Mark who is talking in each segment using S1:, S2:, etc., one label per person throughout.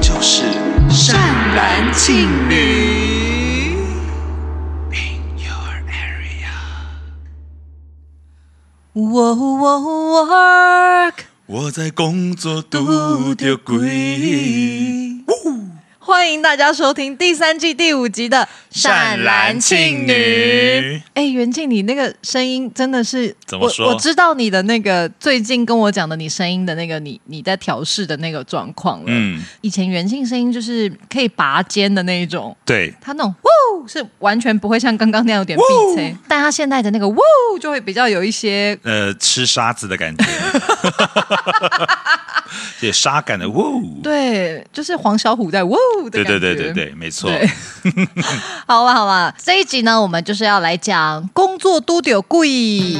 S1: 就是善男信女。In your area，
S2: 我我 work
S1: 我在工作拄着鬼。
S2: 欢迎大家收听第三季第五集的《
S1: 庆。女，
S2: 哎，袁静，你那个声音真的是
S1: 怎么说
S2: 我？我知道你的那个最近跟我讲的你声音的那个你你在调试的那个状况了。
S1: 嗯，
S2: 以前袁静声音就是可以拔尖的那一种，
S1: 对，
S2: 他那种呜是完全不会像刚刚那样有点
S1: 呜
S2: 闭塞，但他现在的那个呜就会比较有一些
S1: 呃，吃沙子的 感觉，也沙感的呜，
S2: 对，就是黄小虎在呜的
S1: 对
S2: 感觉。
S1: 对对对对，没错，
S2: 对， 好吧，好吧，这一集呢，我们就是要来讲工作都丢贵，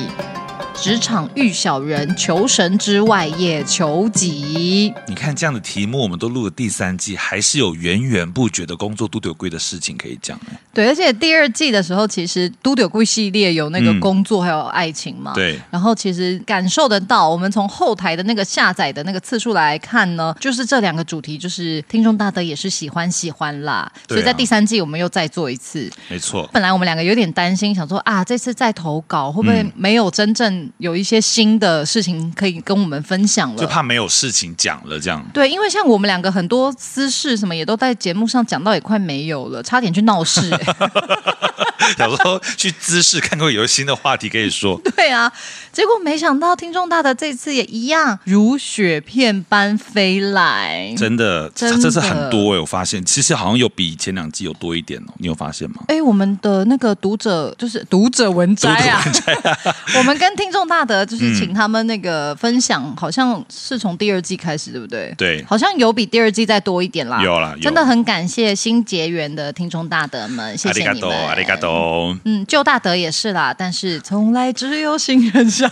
S2: 职场遇小人，求神之外也求己。
S1: 你看这样的题目，我们都录了第三季，还是有源源不绝的工作都丢贵的事情可以讲。
S2: 对，而且第二季的时候，其实都丢贵系列有那个
S1: 嗯
S2: 工作还有爱情嘛，
S1: 对
S2: 然后其实感受得到，我们从后台的那个下载的那个次数来看呢，就是这两个主题，就是听众大德也是喜欢喜欢啦，
S1: 对啊
S2: 所以在第三季我们又再做一次。
S1: 没错，
S2: 本来我们两个有点担心，想说啊，这次再投稿会不会
S1: 嗯
S2: 没有真正有一些新的事情可以跟我们分享
S1: 就
S2: 了？
S1: 怕没有事情讲了这样。
S2: 对，因为像我们两个很多私事什么也都在节目上讲到，也快没有了，差点去 闹事、欸
S1: 想说去姿势看看有没有新的话题可以 说。
S2: 对啊，结果没想到听众大的这次也一样如雪片般飞来。
S1: 真的，
S2: 真的
S1: 这次很多哎、我发现其实好像有比前两季有多一点哦，你有发现吗？
S2: 哎，我们的那个读者就是读者文摘啊， 我们跟听众大德就是
S1: 嗯
S2: 请他们那个分享，好像是从第二季开始，对不对？
S1: 对
S2: 好像有比第二季再多一点啦。
S1: 有啦有
S2: 真的很感谢新结缘的听众大德们，谢
S1: 阿里
S2: 谢
S1: 嘎
S2: 你
S1: 多，
S2: 们。
S1: 阿里嘎。多。
S2: 嗯，旧大德也是啦，但是从来只有新人 笑，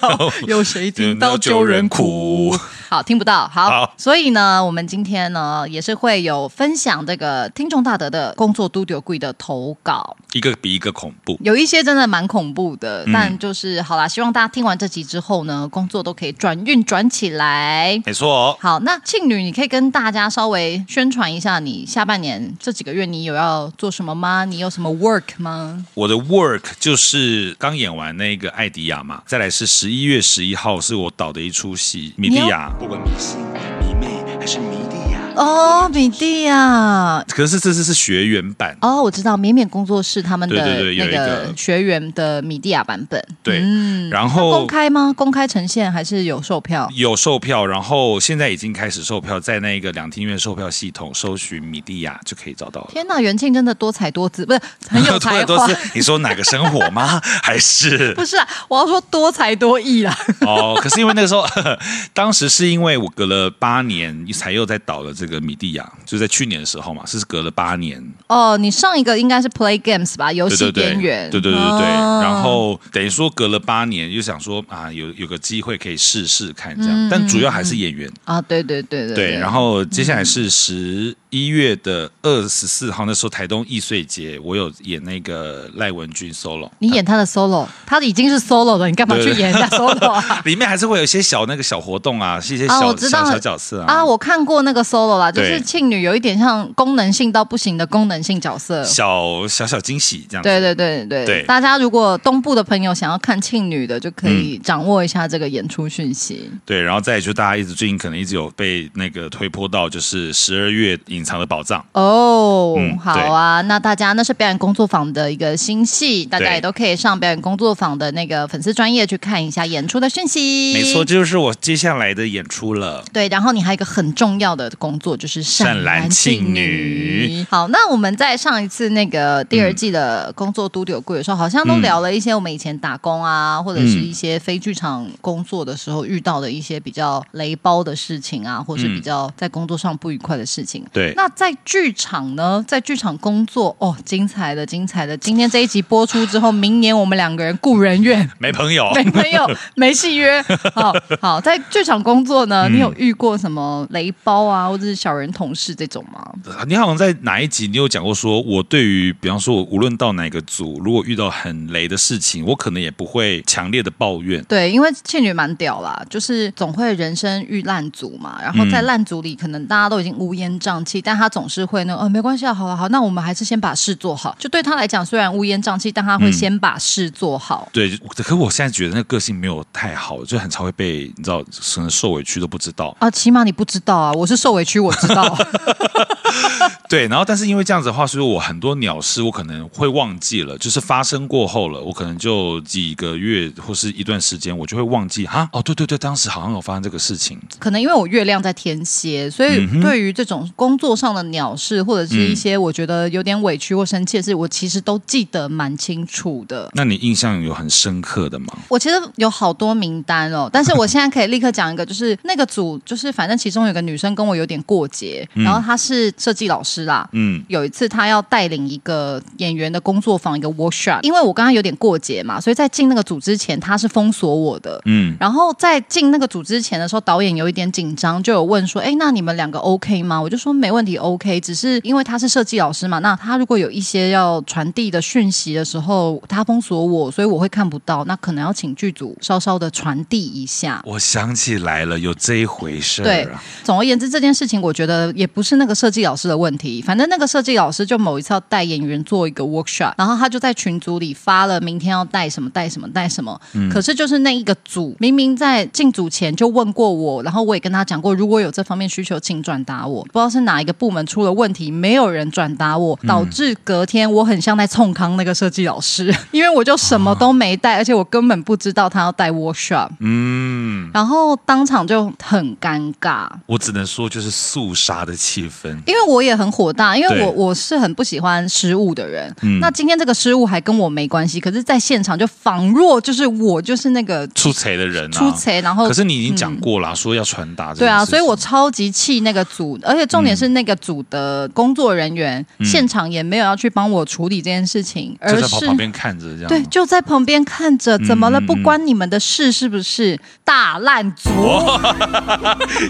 S2: 有谁听到旧人
S1: 哦有没有旧
S2: 哭
S1: 人？
S2: 好，听不到。好，
S1: 好
S2: 所以呢，我们今天呢也是会有分享这个听众大德的工作都丢贵的投稿。
S1: 一个比一个恐怖。
S2: 有一些真的蛮恐怖的，
S1: 嗯
S2: 但就是好啦，希望大家听完这集之后呢，工作都可以转运转起来。
S1: 没错哦，
S2: 好，那庆女，你可以跟大家稍微宣传一下，你下半年这几个月你有要做什么吗？你有什么 work 吗？
S1: 我的 work 就是刚演完那个艾迪亚嘛，再来是十一月十一号是我导的一出戏《米利亚》，
S3: 不管迷信、迷妹还是迷弟呀、
S2: 哦，米蒂啊，
S1: 可是这次是学员版，
S2: 哦，我知道，绵绵工作室他们的
S1: 对对对有
S2: 那
S1: 一个
S2: 个学员的米蒂亚版本，嗯
S1: 对，哦然
S2: 公
S1: 后。
S2: 开吗？公开呈现还是有售票？
S1: 有售票，然后现在已经开始售票，在那个两厅院售票系统搜寻米蒂亚就可以找到了。
S2: 天呐，元庆真的多才多姿，不是很 有
S1: 突
S2: 才
S1: 然都
S2: 华。
S1: 是你说哪个生活吗？还是
S2: 不是、啊，我要说多才多艺啊啦。
S1: 哦？可是因为那个时候，当时是因为我隔了八年才又在导了这个米蒂亚，就在去年的时候嘛，是隔了八年。
S2: 哦，你上一个应该是 Play Games 吧，游戏
S1: 对对对
S2: 哦边缘。
S1: 对对对对对。
S2: 哦
S1: 然后等于说隔了八年，又想说啊，有有个机会可以试试看这样，
S2: 嗯
S1: 但主要还是演员。
S2: 啊，对对对对
S1: 对，然后接下来是十一月的二十四号，那时候台东易碎节，我有演那个赖文君 solo，
S2: 你演他的 solo，他已经是 solo 了，你干嘛去
S1: 对对
S2: 演人家 solo 啊？
S1: 里面还是会有一些小那个小活动啊，是一些小、
S2: 啊我知道
S1: 小小角色啊，
S2: 啊，我看过那个 solo 啦，就
S1: 对
S2: 是庆女有一点像功能性到不行的功能性角色。
S1: 小小小惊喜这样子。
S2: 对对对对
S1: 对
S2: 大家如果东部的朋友想要看庆女的，就可以
S1: 嗯
S2: 掌握一下这个演出讯息。
S1: 对然后再来就大家一直最近可能一直有被那个推波到，就是十二月隐藏的宝藏。
S2: 哦、
S1: 嗯
S2: 好啊，那大家那是表演工作坊的一个新戏，大家
S1: 对
S2: 也都可以上表演工作坊的那个粉丝专业去看一下演出的讯息。
S1: 没错，这就是我接下来的演出了。
S2: 对，然后你还有一个很重要的工作就是善
S1: 善男信
S2: 信
S1: 女嗯
S2: 女。好，那我们在上一次那个第二季的工作都丢柜的时候，好像都聊了一些我们以前打工啊，或者是
S1: 嗯
S2: 一些非剧场工作的时候遇到的一些比较雷包的事情啊，或是
S1: 嗯
S2: 比较在工作上不愉快的事情。
S1: 对，
S2: 那在剧场呢，在剧场工作哦，精彩的，精彩的！今天这一集播出之后，明年我们两个人雇人怨，
S1: 没朋友。
S2: 没朋友，没戏约。好好，在剧场工作呢，你有遇过什么雷包啊，或者是小人同事这种吗？
S1: 呃你好像在哪一集你有讲过说，我对于比方说，我无论到哪个组，如果遇到很雷的事情，我可能也不会强烈的抱怨。
S2: 对，因为倩女蛮屌啦，就是总会人生遇烂组嘛，然后在烂组里，可能大家都已经乌烟瘴气，但他总是会那种，呃，没关系啊，好了、好，那我们还是先把事做好。就对他来讲，虽然乌烟瘴气，但他会先把事做好。
S1: 对，可我现在觉得那个个性没有太好，就很常会被你知道，可能受委屈都不知道。
S2: 啊，起码你不知道啊，我是受委屈，我知道。
S1: 对，然后但是因为这样子的话，所以我很多鸟事我可能会忘记了，就是发生过后了，我可能就几个月或是一段时间，我就会忘记哈。哦，对对对，当时好像有发生这个事情。
S2: 可能因为我月亮在天蝎，所以对于这种工作上的鸟事，或者是一些我觉得有点委屈或生气的事，我其实都记得蛮清楚的。
S1: 那你印象有很深刻的吗？
S2: 我其实有好多名单哦，但是我现在可以立刻讲一个，就是那个组，就是反正其中有个女生跟我有点过节，然后她是设计老师啦。
S1: 嗯，
S2: 有一次她要带领一个演员的工作坊一个 workshop，因为我刚刚有点过节嘛，所以在进那个组之前，她是封锁我的。
S1: 嗯，
S2: 然后在进那个组之前的时候，导演有一点紧张，就有问说：“哎，那你们两个 OK 吗？”我就说没问题，OK。只是因为他是设计老师嘛，那他如果有一些要传递的讯息的时候，他封锁我，所以我会看不到，那可能要请剧组稍稍的传递一下。
S1: 我想起来了，有这一回事
S2: 对
S1: 儿啊。，
S2: 总而言之，这件事情我觉得也不是那个设计老师的问题。反正那个设计老师就某一次要带演员做一个 workshop，然后他就在群组里发了明天要带什么带什么带什么。可是就是那一个组明明在进组前就问过我，然后我也跟他讲过，如果有这方面需求，请转达我。不知道是哪一个部门出了问题，没有人转达我，导致隔天我很像在冲康那个设计老师，因为我就什么都没带，而且我根本不知道他要带 workshop，
S1: 嗯，
S2: 然后当场就很尴尬。
S1: 我只能说就是肃杀的气氛。
S2: 因为我也很火大，因为
S1: 对
S2: 我我是很不喜欢失误的人。
S1: 嗯
S2: 那今天这个失误还跟我没关系，可是在现场就仿若就是我就是那个
S1: 出贼的人啊，
S2: 出贼，然后嗯
S1: 可是你已经讲过啦，说要传达这
S2: 对
S1: 件
S2: 啊，
S1: 事情
S2: 所以我超级气那个组，而且重点是那个组的工作人员、现场也没有要去帮我处理这件事情，而
S1: 嗯就在
S2: 是
S1: 旁旁边看着这样。嗯
S2: 对就在旁边看着，怎么了？不关你们的事是不是？大烂组。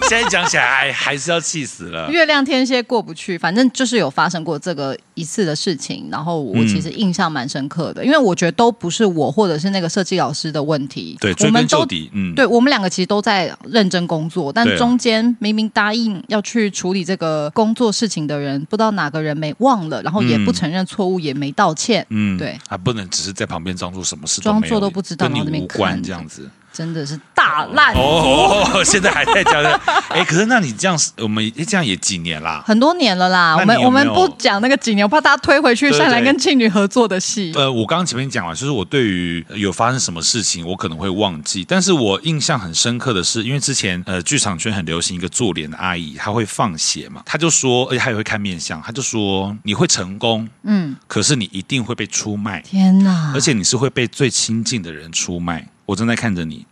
S1: 现在讲起来 还还是要气死 了。
S2: 月亮天蝎过不去，反正就是有发生过这个一次的事情，然后我其实印象蛮深刻的，因为我觉得都不是我或者是那个设计老师的问题，
S1: 对，
S2: 我
S1: 追
S2: 们
S1: 根
S2: 都
S1: 究。底，嗯，
S2: 对我们两个其实都在认真工作，但
S1: 对啊
S2: 中间明明答应要去处理这个工作事情的人，不知道哪个人没忘了，然后也不承认错误，也没道歉，
S1: 嗯，
S2: 对，
S1: 还不能只是在旁边装作什么事
S2: 装
S1: 没有
S2: 作都不知道
S1: 跟
S2: 然后在那
S1: 你
S2: 边
S1: 无关
S2: 看
S1: 这样子。
S2: 真的是大烂。
S1: 哦，哦 现在还在讲的，哎，可是那你这样，我们诶这样也几年啦？
S2: 很多年了啦，我
S1: 那
S2: 们
S1: 你
S2: 我
S1: 有没
S2: 们
S1: 有
S2: 不讲那个几年，我怕大家推回去
S1: 对
S2: 善兰
S1: 对
S2: 跟庆女合作的戏。
S1: 呃，我刚刚前面讲了，就是我对于呃有发生什么事情，我可能会忘记，但是我印象很深刻的是，因为之前呃剧场圈很流行一个做脸的阿姨，她会放血嘛，她就说，而且她也会看面相，她就说你会成功，嗯，可是你一定会被出卖，
S2: 天哪！
S1: 而且你是会被最亲近的人出卖。我正在看着你，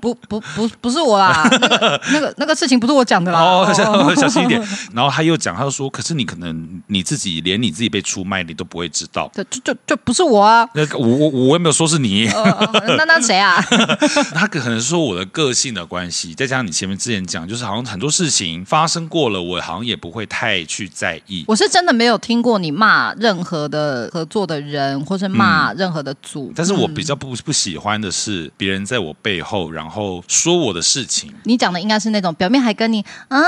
S2: 不不不不是 我啦，那个那个那个事情不是我讲的啦。
S1: 哦，
S2: 哦
S1: 小心一点。然后他又讲，他就说，可是你可能你自己连你自己被出卖，你都不会知道。
S2: 就就就就不是我啊。
S1: 那个我我我也没有说是你，
S2: 哦哦那那谁啊？
S1: 他可能说我的个性的关系，再加上你前面之前讲，就是好像很多事情发生过了，我好像也不会太去在意。
S2: 我是真的没有听过你骂任何的合作的人，或是骂任何的组。
S1: 嗯
S2: 嗯
S1: 但是我比较不不喜欢的是别人在我背后，然后说我的事情。
S2: 你讲的应该是那种表面还跟你啊，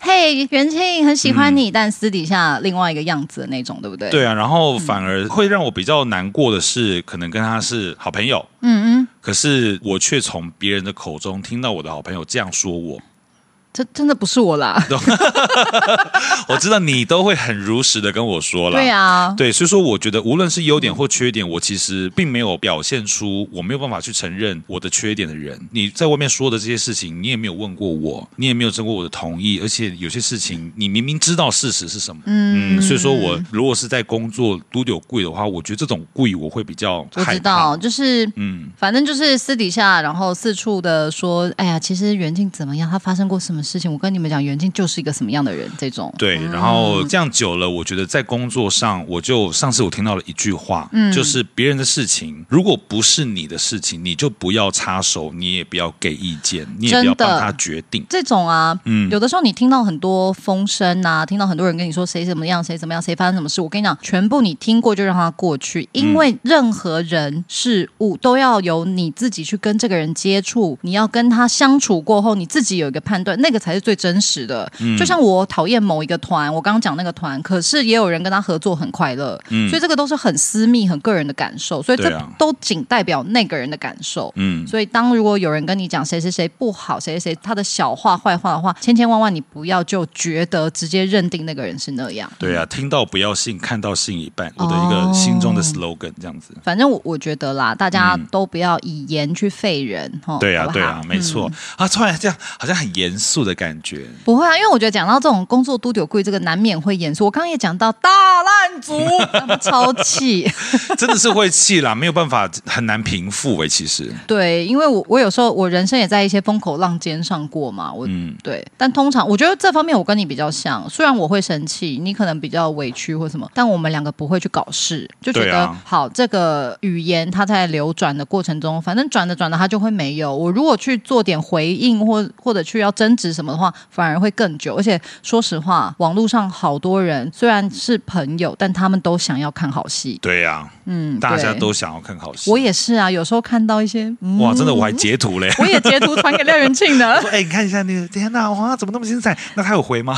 S2: 嘿，元庆很喜欢你，但私底下另外一个样子的那种，对不对？
S1: 对啊，然后反而会让我比较难过的是，可能跟他是好朋友，嗯嗯，可是我却从别人的口中听到我的好朋友这样说我。
S2: 这真的不是我啦。
S1: 我知道你都会很如实的跟我说了。
S2: 对啊，
S1: 对，所以说我觉得无论是优点或缺点，我其实并没有表现出我没有办法去承认我的缺点的人。你在外面说的这些事情，你也没有问过我，你也没有征过我的同意，而且有些事情你明明知道事实是什么，嗯所以说我如果是在工作都有贵的话，我觉得这种贵我会比较
S2: 我
S1: 害
S2: 知
S1: 怕
S2: 道，。就是嗯，反正就是私底下，然后四处的说，哎呀，其实袁静怎么样，她发生过什么事情？我跟你们讲，袁静就是一个什么样的人，这种。
S1: 对，然后这样久了，我觉得在工作上，我就上次我听到了一句话，
S2: 嗯
S1: 就是别人的事情，如果不是你的事情，你就不要插手，你也不要给意见，你也不要
S2: 真的
S1: 帮他决定。
S2: 这种啊，
S1: 嗯
S2: 有的时候你听到很多风声啊，听到很多人跟你说谁怎么样，谁怎么样，谁发生什么事，我跟你讲，全部你听过就让它过去，因为任何人事物都要由你自己去跟这个人接触，你要跟他相处过后，你自己有一个判断，那那个才是最真实的。
S1: 嗯
S2: 就像我讨厌某一个团，我刚刚讲那个团，可是也有人跟他合作很快乐，所以这个都是很私密、很个人的感受，所以这
S1: 嗯对啊
S2: 都仅代表那个人的感受。
S1: 嗯，
S2: 所以，当如果有人跟你讲谁谁谁不好，谁谁谁他的小话坏话的话，千千万万你不要就觉得直接认定那个人是那样。
S1: 对啊，听到不要信，看到信一半，我的一个心
S2: 哦
S1: 中的 slogan 这样子。
S2: 反正我我觉得啦，大家都不要以言去废人，哈、
S1: 嗯对啊，
S2: 好嗯不好
S1: 对啊，没错、啊！突然这样，好像很严肃的感觉。
S2: 不会啊，因为我觉得讲到这种工作都丢贵，这个难免会严肃。我刚刚也讲到大烂族，他们超气。
S1: 真的是会气啦，没有办法，很难平复诶、欸其实，
S2: 对，因为我我有时候我人生也在一些风口浪尖上过嘛，我、
S1: 嗯
S2: 对，但通常我觉得这方面我跟你比较像，虽然我会生气，你可能比较委屈或什么，但我们两个不会去搞事，就觉
S1: 对
S2: 得、
S1: 啊
S2: 好这个语言它在流转的过程中，反正转着转着它就会没有。我如果去做点回应或或者去要争执什么的话，反而会更久。而且说实话，网络上好多人虽然是朋友，但他们都想要看好戏。
S1: 对啊，嗯，大家
S2: 对
S1: 都想要看好戏。
S2: 我也是啊，有时候看到一些，嗯、
S1: 哇，真的我还截图嘞。
S2: 我也截图传给廖元庆的。
S1: 说哎、你看一下那个，天哪，哇，怎么那么精彩？那他有回 吗？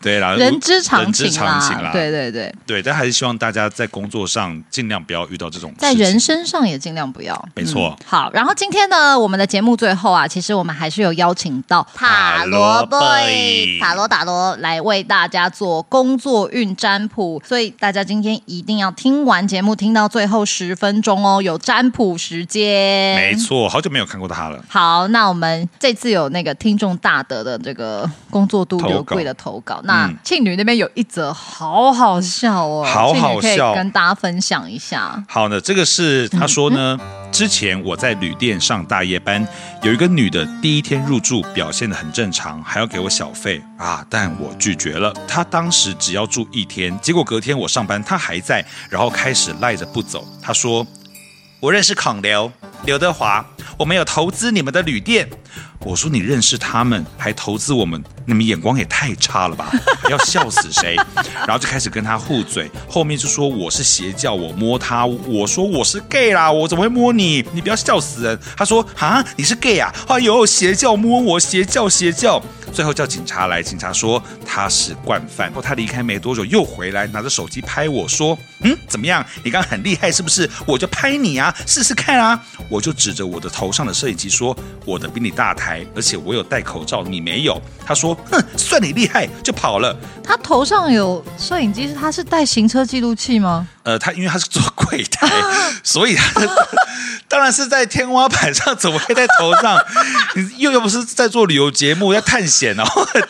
S1: 对啦，
S2: 人之常
S1: 呃人
S2: 情
S1: 之常情啦，
S2: 对对对，
S1: 对，但还是希望大家在工作上尽量不要遇到这种
S2: 在
S1: 事情
S2: 人身上也尽量不要。嗯
S1: 没错，
S2: 好，然后今天呢，我们的节目最后啊，其实我们还是有邀请到塔罗
S1: 塔罗 boy
S2: boy 塔罗塔罗来为大家做工作运占卜，所以大家今天一定要听完节目，听到最后十分钟哦，有占卜时间。
S1: 没错，好久没有看过他了。
S2: 好，那我们这次有那个听众大德的这个工作度刘贵的投稿，那
S1: 嗯
S2: 庆女那边有一则好好笑哦，
S1: 好好笑
S2: 庆女可以跟大家分享一下。
S1: 好呢，这个是
S2: 嗯
S1: 他说呢，之前我在旅店上大夜班，有一个女的第一天入住表现得很正常，还要给我小费啊，但我拒绝了。她当时只要住一天，结果隔天我上班，她还在，然后开始赖着不走。她说我认识孔刘、刘德华，我们有投资你们的旅店。我说你认识他们，还投资我们，你们眼光也太差了吧！ 要笑死谁？然后就开始跟他互嘴，后面就说我是邪教，我摸他，我说我是 gay 啦，我怎么会摸你？你不要笑死人！他说啊，你是 gay 啊？哎呦，邪教摸我，邪教邪教！最后叫警察来，警察说他是惯犯。后他离开没多久又回来，拿着手机拍我说：“嗯，怎么样？你刚刚很厉害是不是？我就拍你啊，试试看啊！”我就指着我的头上的摄影机说：“我的比你大台，而且我有戴口罩，你没有。”他说：“哼，算你厉害。”就跑了。
S2: 他头上有摄影机，是他是带行车记录器吗？
S1: 呃，他因为他是做柜台， 所以他 的当然是在天花板上，怎么会在头上？你又又不是在做旅游节目，在探险哦，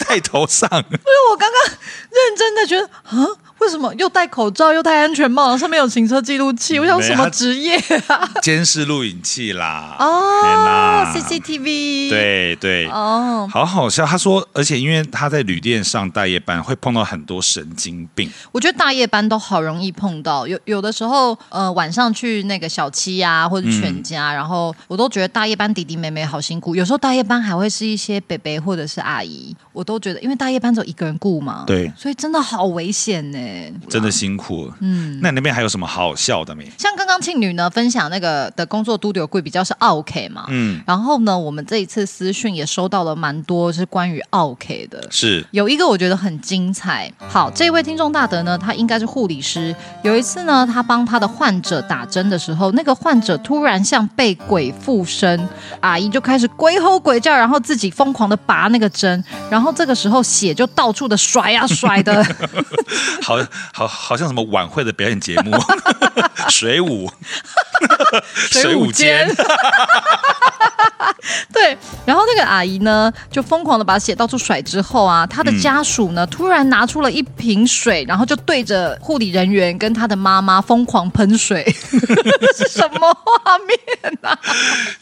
S1: 戴头上。
S2: 不是，哎我刚刚认真的觉得啊，为什么又戴口罩又戴安全帽，然后上面有行车记录器？我想
S1: 没
S2: 什么
S1: 他
S2: 职业啊？
S1: 监视录影器啦。天
S2: 哦
S1: 哪
S2: ，CCTV。。
S1: 对对。
S2: 哦，
S1: 好好笑，他说，而且因为他在旅店上大夜班，会碰到很多神经病。
S2: 我觉得大夜班都好容易碰到，有有的时候，呃，晚上去那个小七啊，或者全
S1: 嗯
S2: 家，然后我都觉得大夜班弟弟妹妹好辛苦。有时候大夜班还会是一些北北或者是阿姨，我都觉得，因为大夜班只有一个人顾嘛，
S1: 对
S2: 所以真的好危险呢、
S1: 真的辛苦，嗯，那你那边还有什么好笑的没？
S2: 像刚刚庆女呢分享那个的工作都流贵比较是 OK 嘛，
S1: 嗯，
S2: 然后呢，我们这一次私讯也收到了蛮多是关于 OK 的，
S1: 是
S2: 有一个我觉得很精彩。好，这位听众大德呢，他应该是护理师。有一次呢，他帮他的患者打针的时候，那个患者突然像被鬼附身，阿姨就开始鬼吼鬼叫，然后自己疯狂的拔那个针，然后这个时候血就到处的甩啊甩的。
S1: 好好好像什么晚会的表演 节目，水舞，
S2: 水舞 间。对，然后那个阿姨呢，就疯狂的把血到处甩之后啊，她的家属呢，突然拿出了一瓶水，然后就对着护理人员跟她的妈妈疯狂喷水，这 是什么画面啊？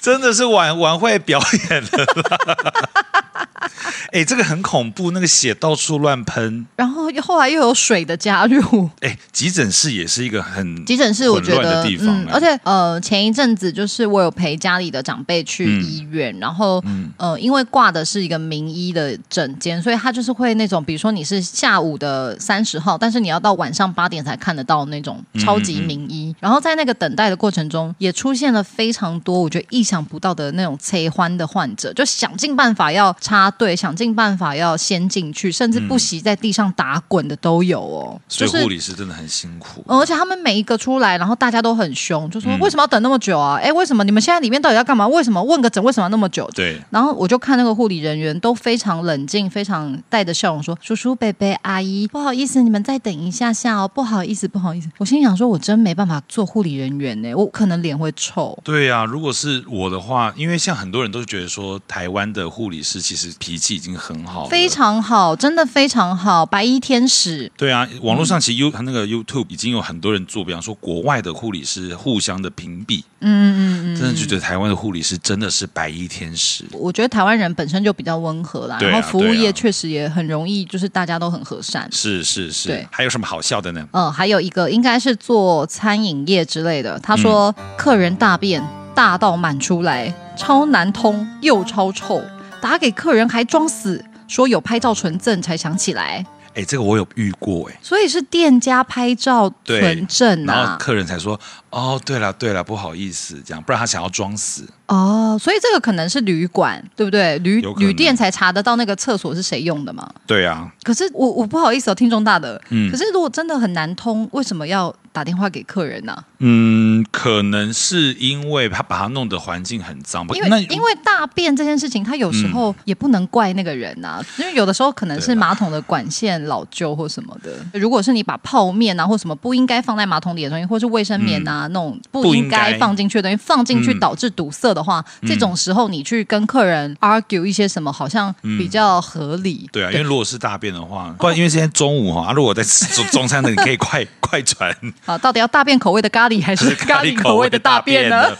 S1: 真的是晚晚会表演的啦。 哎、这个很恐怖，那个血到处乱喷。
S2: 然后又后来又有水的加入。
S1: 哎、急诊室也是一个很
S2: 急诊室我觉
S1: 混乱
S2: 得
S1: 的地，方欸哎
S2: 嗯，而且呃，前一阵子就是我有陪家里的长辈去
S1: 嗯
S2: 医院，然后呃，因为挂的是一个名医的诊间，所以他就是会那种，比如说你是下午的三十号，但是你要到晚上八点才看得到那种
S1: 嗯
S2: 超级名医。然后在那个等待的过程中，也出现了非常多我觉得意想不到的那种催欢的患者，就想尽办法要插队，想尽办法要先进去，甚至
S1: 嗯
S2: 不惜在地上打滚的都有哦，
S1: 所
S2: 就
S1: 以
S2: 是
S1: 护理师真的很辛苦。
S2: 嗯，而且他们每一个出来，然后大家都很凶，就
S1: 嗯
S2: 说为什么要等那么久啊？哎、为什么你们现在里面到底要干嘛？为什么问个诊为什么要那么久？
S1: 对，
S2: 然后我就看那个护理人员都非常冷静，非常带着笑容说：“叔叔、伯伯、阿姨，不好意思，你们再等一下下哦，不好意思，不好意思。”我心想说：“我真没办法做护理人员呢、我可能脸会臭。
S1: 对呀、如果是我的话，因为像很多人都觉得说，台湾的护理师其实脾气已经很好”了，
S2: 非常好，真的非常好，白衣天使。
S1: 对啊，
S2: 嗯
S1: 网络上其实 You 他那个 YouTube 已经有很多人做，比方说国外的护理师互相的屏蔽，嗯嗯嗯，真的就觉得台湾的护理师真的是白衣天使。
S2: 我觉得台湾人本身就比较温和啦，
S1: 对啊
S2: 然后服务
S1: 对啊
S2: 业确实也很容易，就是大家都很和善。
S1: 是是是
S2: 对，
S1: 还有什么好笑的呢？
S2: 嗯，还有一个应该是做餐饮业之类的，他说
S1: 嗯
S2: 客人大便大到满出来，超难通又超臭，打给客人还装死，说有拍照存证才想起来，
S1: 哎，这个我有遇过哎，
S2: 所以是店家拍照
S1: 对
S2: 存证
S1: 然后
S2: 啊。
S1: 客人才说，哦，对了对了，不好意思，这样，不然他想要装死。
S2: 哦，所以这个可能是旅馆，对不对？旅
S1: 有可能
S2: 旅店才查得到那个厕所是谁用的嘛。
S1: 对啊，
S2: 可是我我不好意思哦，听众大的，
S1: 嗯
S2: 可是如果真的很难通，为什么要打电话给客人呢、
S1: 嗯，可能是因为他把他弄得环境很脏吧，
S2: 因为因为大便这件事情，它有时
S1: 嗯
S2: 候也不能怪那个人呐、因为有的时候可能是
S1: 对啦
S2: 马桶的管线老旧或什么的。如果是你把泡面啊或什么不应该放在马桶里的东西，或是卫生棉啊、那种不
S1: 嗯不
S2: 应
S1: 应该
S2: 该放进去的东西放进去
S1: 嗯
S2: 导致堵塞的话，这种时候你去跟客人 argue 一些什么，好像比较合理。
S1: 对啊，因为如果是大便的话，不然因为现在中午哈、啊，如果在吃中中餐的，你可以快快传
S2: 啊，到底要大便口味的咖喱 还是咖喱口味的大便呢？
S1: 的。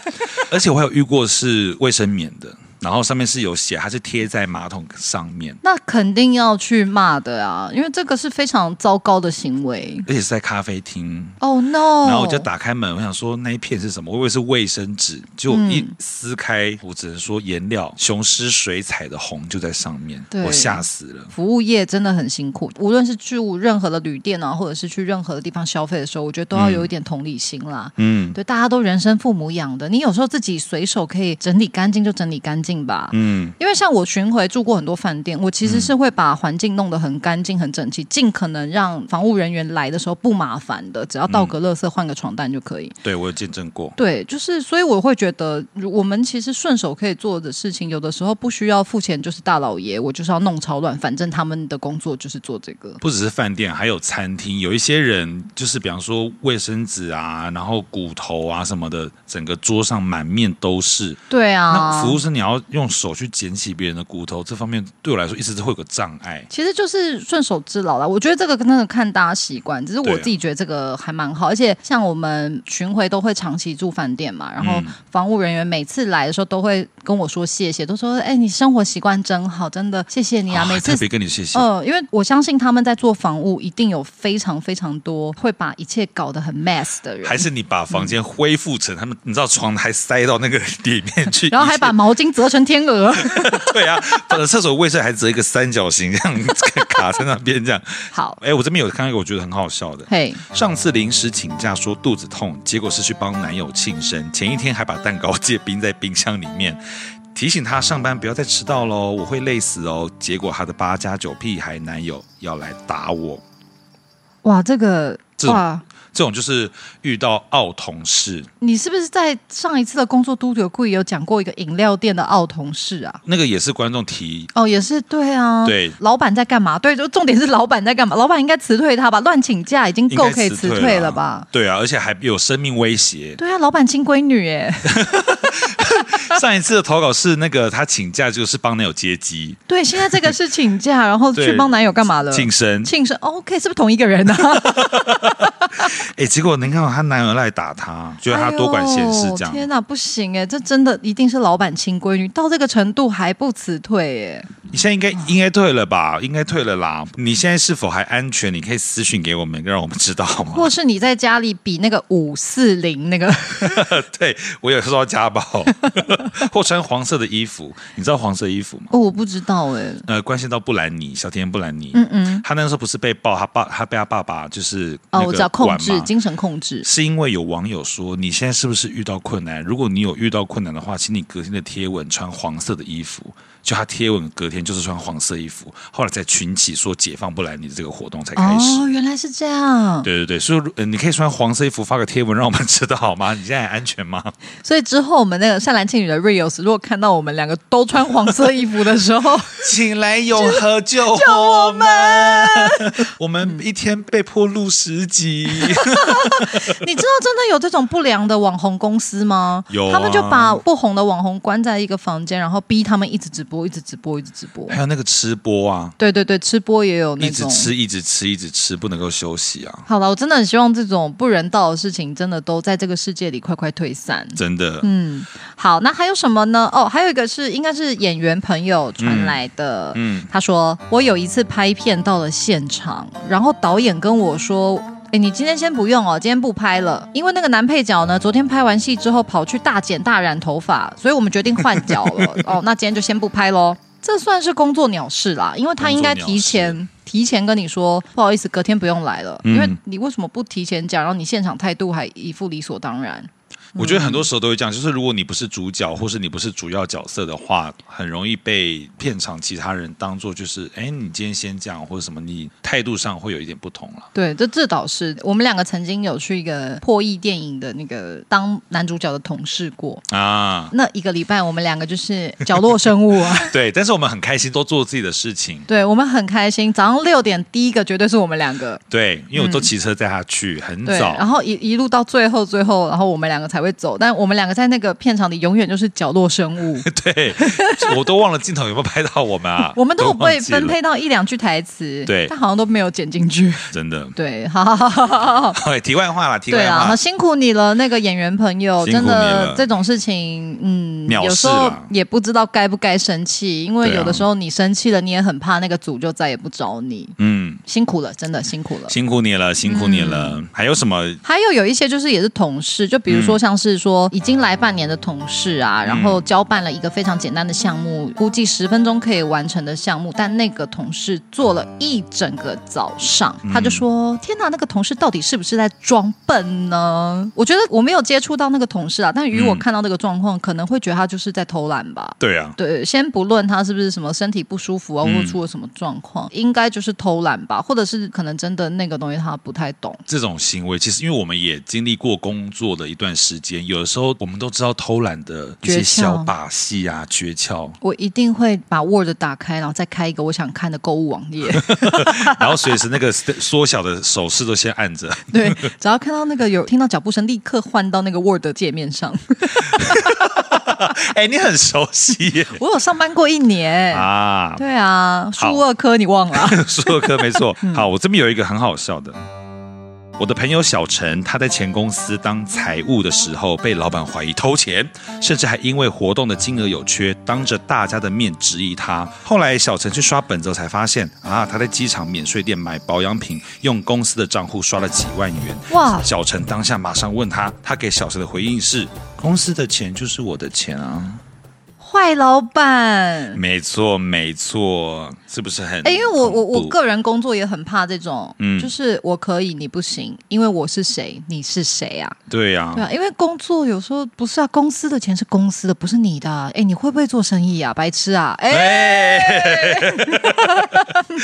S1: 而且我还有遇过是卫生棉的，然后上面是有血，它是贴在马桶上面，
S2: 那肯定要去骂的啊，因为这个是非常糟糕的行为。
S1: 而且是在咖啡厅。
S2: Oh no！
S1: 然后我就打开门，我想说那一片是什么？我以为是卫生纸，结果一
S2: 嗯
S1: 撕开，我只能说颜料雄狮水彩的红就在上面，
S2: 对
S1: 我吓死了。
S2: 服务业真的很辛苦，无论是住任何的旅店啊，或者是去任何的地方消费的时候，我觉得都要有一点同理心啦。
S1: 嗯，
S2: 对，大家都人生父母养的，你有时候自己随手可以整理干净就整理干净吧。
S1: 嗯，
S2: 因为像我巡回住过很多饭店，我其实是会把环境弄得很干净、很整齐，尽可能让防务人员来的时候不麻烦的，只要
S1: 嗯
S2: 倒个垃圾、换个床单就可以。
S1: 对我有见证过。
S2: 对，就是所以我会觉得，如我们其实顺手可以做的事情，有的时候不需要付钱，就是大老爷，我就是要弄超乱，反正他们的工作就是做这个。
S1: 不只是饭店，还有餐厅，有一些人就是，比方说卫生纸啊，然后骨头啊什么的，整个桌上满面都是。
S2: 对
S1: 那
S2: 啊，
S1: 服务生你要用手去捡起别人的骨头，这方面对我来说一直都会有个障碍。
S2: 其实就是顺手之劳啦。我觉得这个真的看大家习惯，只是
S1: 对
S2: 我
S1: 啊
S2: 自己觉得这个还蛮好。而且像我们巡回都会长期住饭店嘛，然后
S1: 嗯
S2: 房务人员每次来的时候都会跟我说谢谢，都说哎、你生活习惯真好，真的谢谢你啊，
S1: 啊
S2: 每次
S1: 特别跟你谢谢。
S2: 嗯，因为我相信他们在做房务，一定有非常非常多会把一切搞得很 mess 的人，
S1: 还是你把房间恢复成他们，你知道床还塞到那个里面去，
S2: 然后还把毛巾折成天鹅，
S1: 对啊，把厕所卫生还折一个三角形，这样 卡在那边这样。
S2: 好，
S1: 哎，我这边有看到一个我觉得很好笑的，
S2: 嘿，
S1: 上次临时请假说肚子痛，结果是去帮男友庆生，前一天还把蛋糕借冰在冰箱里面。提醒他上班不要再迟到喽，我会累死哦。结果他的八加九屁孩男友要来打我，
S2: 哇，这个
S1: 这种
S2: 哇，
S1: 这种就是遇到傲同事，
S2: 你是不是在上一次的工作都有故意有讲过一个饮料店的奥同事啊？
S1: 那个也是观众提，
S2: 哦，也是对啊，
S1: 对
S2: 老板在干嘛？对，就重点是老板在干嘛？老板应该辞退他吧？乱请假已经
S1: 应
S2: 够
S1: 该
S2: 可以辞
S1: 辞
S2: 退了
S1: 了
S2: 吧？？
S1: 对啊，而且还有生命威胁。
S2: 对啊，老板亲闺女哎，
S1: 上一次的投稿是那个他请假就是帮男友接机
S2: 对，现在这个是请假，然后去
S1: 对
S2: 帮男友干嘛了？哦
S1: 庆生，
S2: 庆生，OK，是不是同一个人啊？
S1: 哎，结果您看她男友来打她，觉得她多管闲事这
S2: 哎呦
S1: 样。
S2: 天哪，不行哎，这真的一定是老板亲闺女，到这个程度还不辞退哎。
S1: 你现在应该应该退了吧？应该退了啦。你现在是否还安全？你可以私信给我们，让我们知道好吗
S2: 或？是你在家里比那个五四零那个，
S1: 对我有时候家暴， 或穿黄色的衣服，你知道黄色衣服吗？
S2: 哦，我不知道哎。
S1: 呃，关系到布兰妮，小甜布兰妮，
S2: 嗯嗯，
S1: 她那时候不是被爆，她爸她被她爸爸就是那
S2: 哦，我
S1: 个
S2: 知道控
S1: 管
S2: 制
S1: 嘛
S2: 精神控制，
S1: 是因为有网友说你现在是不是遇到困难？如果你有遇到困难的话，请你隔天的贴文穿黄色的衣服。就他贴文隔天就是穿黄色衣服，后来在群起说解放不来你这个活动才开始。
S2: 哦，原来是这样。
S1: 对对对，所以如、呃、你可以穿黄色衣服发个贴文让我们知道好吗？你现在还安全吗？
S2: 所以之后我们那个善男信女的 Rios，如果看到我们两个都穿黄色衣服的时 候，
S1: 请来永和救我们，我们一天被迫录十集。
S2: 你知道真的有这种不良的网红公司吗？
S1: 有啊
S2: 他们就把不红的网红关在一个房间，然后逼他们一直直播，一直直播，一直直播
S1: 还。有那个吃播啊，
S2: 对对对，吃播也有那
S1: 一直
S2: 种。
S1: 吃一直吃一直吃，不能够休息啊。
S2: 好了，我真的很希望这种不人道的事情，真的都在这个世界里快快退散。
S1: 真的，
S2: 嗯，好，那还有什么呢？哦，还有一个是应该是演员朋友传来的，
S1: 嗯
S2: 他说我有一次拍片到了现场，然后导演跟我说。哎，你今天先不用哦，今天不拍了，因为那个男配角呢，昨天拍完戏之后跑去大剪大染头发，所以我们决定换角 了。哦，那今天就先不拍喽。这算是工作鸟事啦，因为他应该提
S1: 工
S2: 前提前跟你说，不好意思，隔天不用来了，
S1: 嗯
S2: 因为你为什么不提前讲？然后你现场态度还一副理所当然。
S1: 我觉得很多时候都会这样，就是如果你不是主角，或是你不是主要角色的话，很容易被片场其他人当做就是，哎，你今天先这样，或者什么，你态度上会有一点不同了。
S2: 对，这这倒是我们两个曾经有去一个破译电影的那个当男主角的同事过。
S1: 啊，
S2: 那一个礼拜，我们两个就是角落生物啊！
S1: 对，但是我们很开心，都做自己的事情。
S2: 对我们很开心。早上六点，第一个绝对是我们两个。
S1: 对，因为我都骑车载他去，很
S2: 对，然
S1: 早。
S2: 后一一路到最后，最后，然后我们两个才会走。但我们两个在那个片场里，永远就是角落 生物，
S1: 对，我都忘了镜头有没有拍到我们啊
S2: 啊 。我们都
S1: 都
S2: 不会
S1: 忘记了
S2: 分，配到一两句台词。
S1: 对
S2: 但好像都没有剪进去。
S1: 真的。
S2: 对， 好好好好好好。
S1: 哎，题外话啦，题
S2: 对
S1: 外
S2: 啊，
S1: 话
S2: 好，辛苦你了，那个演员朋友，
S1: 辛苦
S2: 真
S1: 你
S2: 的
S1: 了
S2: 这种事情，嗯，
S1: 藐视
S2: 有时候
S1: 啦
S2: 也不知道该不该生气，因为
S1: 对啊
S2: 有的时候你生气了，你也很怕那个组就再也不找你，
S1: 嗯，
S2: 辛苦了，真的辛苦了。
S1: 辛苦你了，辛苦你了。
S2: 嗯
S1: 还有什么？
S2: 还有有一些就是也是同事，就比如说像是说已经来半年的同事啊，然后交办了一个非常简单的项目，估计十分钟可以完成的项目，但那个同事做了一整个早上，他就说：“天哪，那个同事到底是不是在装笨呢？”我觉得我没有接触到那个同事啊，但与我
S1: 嗯
S2: 看到这个状况，可能会觉得他就是在偷懒吧。
S1: 对啊，
S2: 对，先不论他是不是什么身体不舒服啊，或者出了什么状况，应该就是偷懒吧，或者是可能真的那个东西他不太懂。
S1: 这种行为，其实因为我们也经历过工作的一段时间，有的时候我们都知道偷懒的一
S2: 诀
S1: 些
S2: 窍
S1: 小把戏啊、诀窍，
S2: 我一定会把 Word 打开，然后再开一个我想看的购物网 页。
S1: 然后随时那个 st- 缩小的手势都先按着。
S2: 对，只要看到那个有听到脚步声，立刻换到 那个 Word 界面上。
S1: 哎，你很熟悉耶
S2: 我有上班过一年。
S1: 啊，
S2: 对啊，
S1: 好
S2: 数二科你忘 了？啊
S1: 说的科没错。
S2: 嗯
S1: 好，我这边有一个很好笑的。我的朋友小陈，他在前公司当财务的时候，被老板怀疑偷钱，甚至还因为活动的金额有缺，当着大家的面质疑他。后来小陈去刷本子后才发现，啊，他在机场免税店买保养品，用公司的账户刷了几万元。
S2: 哇
S1: 小陈当下马上问他，他给小陈的回应是：公司的钱就是我的钱啊。
S2: 坏老板。
S1: 没错，没错，是不是嗯很恐怖？
S2: 嗯哎，因为我我我个人工作也很怕这种，
S1: 嗯
S2: 就是我可以你不行，因为我是谁，你是谁啊？
S1: 对呀、
S2: 对啊，因为工作有时候不是啊，公司的钱是公司的，不是你的啊。哎，你会不会做生意啊？白痴啊！哎，
S1: 哎、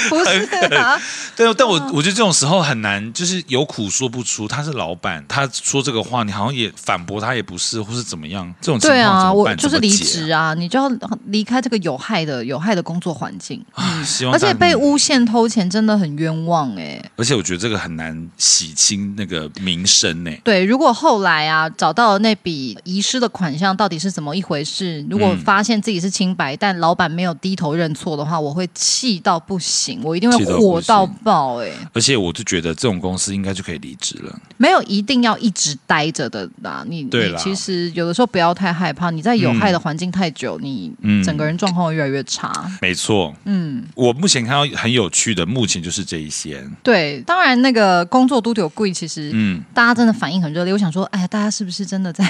S2: 不是啊，
S1: 对，但我我觉得这种时候很难，就是有苦说不出。他是老板，他说这个话，你好像也反驳他也不是，或是怎么样。这种情
S2: 对
S1: 况怎
S2: 啊，
S1: 么
S2: 我
S1: 办？
S2: 就是
S1: 怎么
S2: 离
S1: 解啊
S2: 职啊，你就要离开这个有害的、有害的工作环境，
S1: 啊希望
S2: 而
S1: 大
S2: 且
S1: 家
S2: 被诬陷偷钱真的很冤枉哎、
S1: 而且我觉得这个很难洗清那个名声呢、
S2: 对，如果后来啊找到了那笔遗失的款项到底是怎么一回事，
S1: 嗯
S2: 如果发现自己是清白，但老板没有低头认错的话，我会气到不行，我一定会
S1: 气到不
S2: 火到
S1: 行
S2: 爆哎、
S1: 而且我就觉得这种公司应该就可以离职了。
S2: 没有一定要一直待着的啦，你
S1: 对
S2: 你
S1: 啦
S2: 其实有的时候不要太害怕，你在有
S1: 嗯
S2: 害的环境太久，你
S1: 嗯
S2: 整个人状况会越来越差。
S1: 没错，
S2: 嗯，
S1: 我目前看到很有趣的，目前就是这一些。
S2: 对，当然那个工作都有贵，其实
S1: 嗯，
S2: 大家真的反应很热烈。我想说，哎呀，大家是不是真的在？。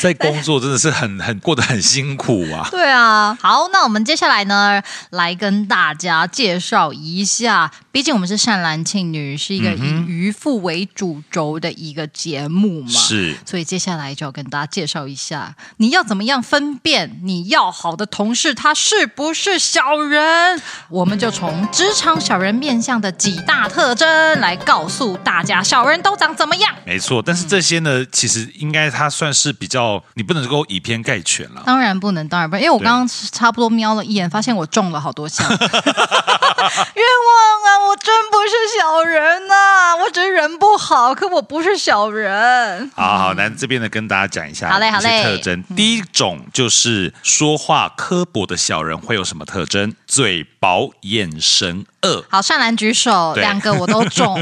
S1: 在工作真的是很很过得很辛苦啊
S2: 对啊。好，那我们接下来呢，来跟大家介绍一下，毕竟我们是善男信女，是一个以渔父为主轴的一个节目嘛。
S1: 嗯是，
S2: 所以接下来就要跟大家介绍一下，你要怎么样分辨你要好的同事他是不是小人。我们就从职场小人面向的几大特征来告诉大家，小人都长怎么样。
S1: 没错。但是这些呢，其实应该它算是比较，你不能够以偏概全了。
S2: 当然不能，当然不能，因为我
S1: 对
S2: 刚刚差不多瞄了一眼，发现我中了好多 项，冤枉啊！我真不是小人呐、我只是人不好，可我不是小人。
S1: 好好，那这边呢，跟大家讲一下
S2: 好嘞好
S1: 一些
S2: 嘞
S1: 特征。第一种就是说话刻薄的小人会有什么特征？嘴薄，眼神恶。
S2: 好，善兰举手，
S1: 对
S2: 两个我都中。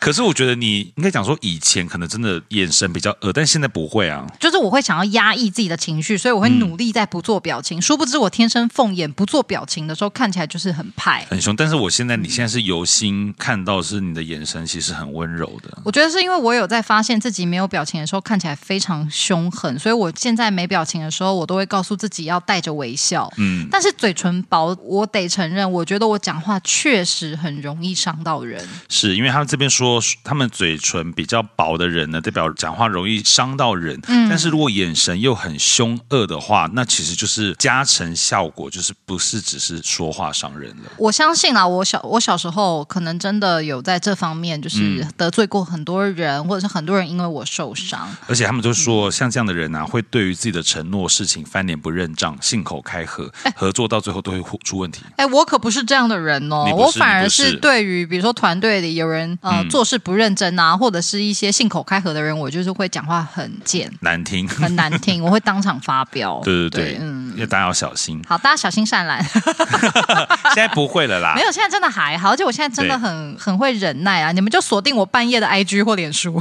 S1: 可是我觉得你应该讲说，以前可能真的眼神比较恶，但现在不会啊。
S2: 就是我会想要压抑自己的情绪，所以我会努力在不做表情。殊不知我天生凤眼，不做表情的时候看起来就是很派。
S1: 很凶，但是我现在，你现在是由心看到，是你的眼神其实很温柔的。
S2: 我觉得是因为我有在发现自己没有表情的时候看起来非常凶狠，所以我现在没表情的时候，我都会告诉自己要带着微笑。
S1: 嗯，
S2: 但是嘴唇薄，我得承认，我觉得我讲话确实很容易伤到人。
S1: 是因为他们这边说，他们嘴唇比较薄的人呢，代表讲话容易伤到人。
S2: 嗯
S1: 但是如果眼神又很凶恶的话，那其实就是加成效果，就是不是只是说话伤人了。
S2: 我相信啦，我小我小时候可能真的有在这方面就是得罪过很多人，或者是很多人因为我受伤。
S1: 而且他们就
S2: 嗯
S1: 说，像这样的人呢、啊，会对于自己的承诺事情翻脸不认账，信口开河，合作到最后都会出问题。
S2: 哎，我可不是这样的人哦
S1: 你，不是
S2: 我反而
S1: 你
S2: 是
S1: 不是
S2: 对于比如说团队里有人呃、
S1: 嗯
S2: 做事不认真啊，或者是一些信口开河的人，我就是会讲话很贱、
S1: 难听，对
S2: 很难听， 我会当场发飙。
S1: 对对，
S2: 嗯。
S1: 要大家要小心。
S2: 好，大家小心善 懒。
S1: 现在不会了啦
S2: 没，有，现在真的还好，而且我现在真的很很会忍耐啊！你们就锁定我半夜的 IG 或 脸书，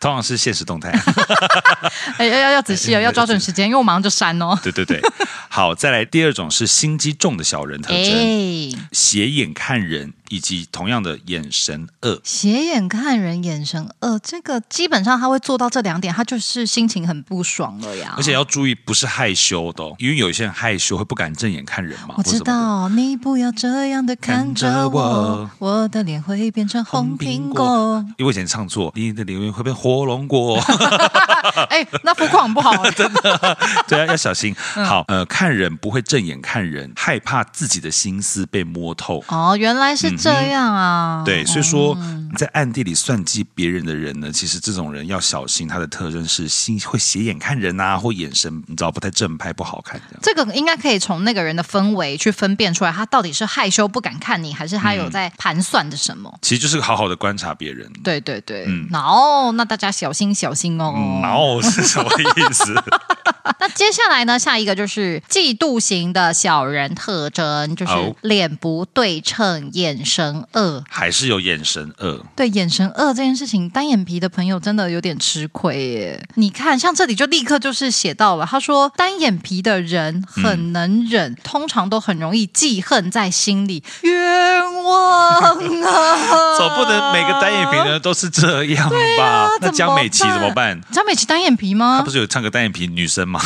S1: 通常是现实动态。啊
S2: 哎，要要要仔细哦，要抓准时间，因为我马上就删 哦。
S1: 对对对，好，再来第二种是心机重的小人特征，
S2: 哎，
S1: 斜眼看人，以及同样的眼神恶。
S2: 斜眼看人，眼神呃，这个基本上他会做到这两点，他就是心情很不爽了呀。
S1: 而且要注意，不是害羞的、哦，因为有一些人害羞会不敢正眼看人嘛。
S2: 我
S1: 或什
S2: 知
S1: 么的。
S2: 道你不要这样的看着我，我的脸会变成红苹果。
S1: 因为我以前唱错，你的留言会被火龙果，哦
S2: 哎、那浮夸很不好、真的。
S1: 对啊，要小心。
S2: 嗯
S1: 好，呃，看人不会正眼看人，害怕自己的心思被摸透。
S2: 哦，原来是这样啊。
S1: 嗯对，所以
S2: 哦
S1: 说你在暗地里算计别人的人呢，其实这种人要小心，他的特征是心会斜眼看人啊，或眼神你知道不太正派，不好看这样。
S2: 这个应该可以从那个人的氛围去分辨出来，他到底是害羞不敢看你，还是他有在盘算着什么。
S1: 其实就是好好的观察别人。
S2: 对对对，然后、那大家小心小心哦。
S1: 嗯，然后是什么意思？
S2: 那接下来呢？下一个就是嫉妒型的小人特征，就是
S1: 好
S2: 脸不对称，眼神恶。
S1: 还是有眼神呃恶？
S2: 对眼神恶这件事情，单眼皮的朋友真的有点吃亏耶。你看，像这里就立刻就是写到了，他说单眼皮的人很能忍，通常都很容易记恨在心里，冤 枉啊！
S1: 总不能每个单眼皮。的都是这样吧？那江美琪怎么办？
S2: 张美琪单眼皮
S1: 她
S2: 吗
S1: 不？是有唱个单眼皮女生吗？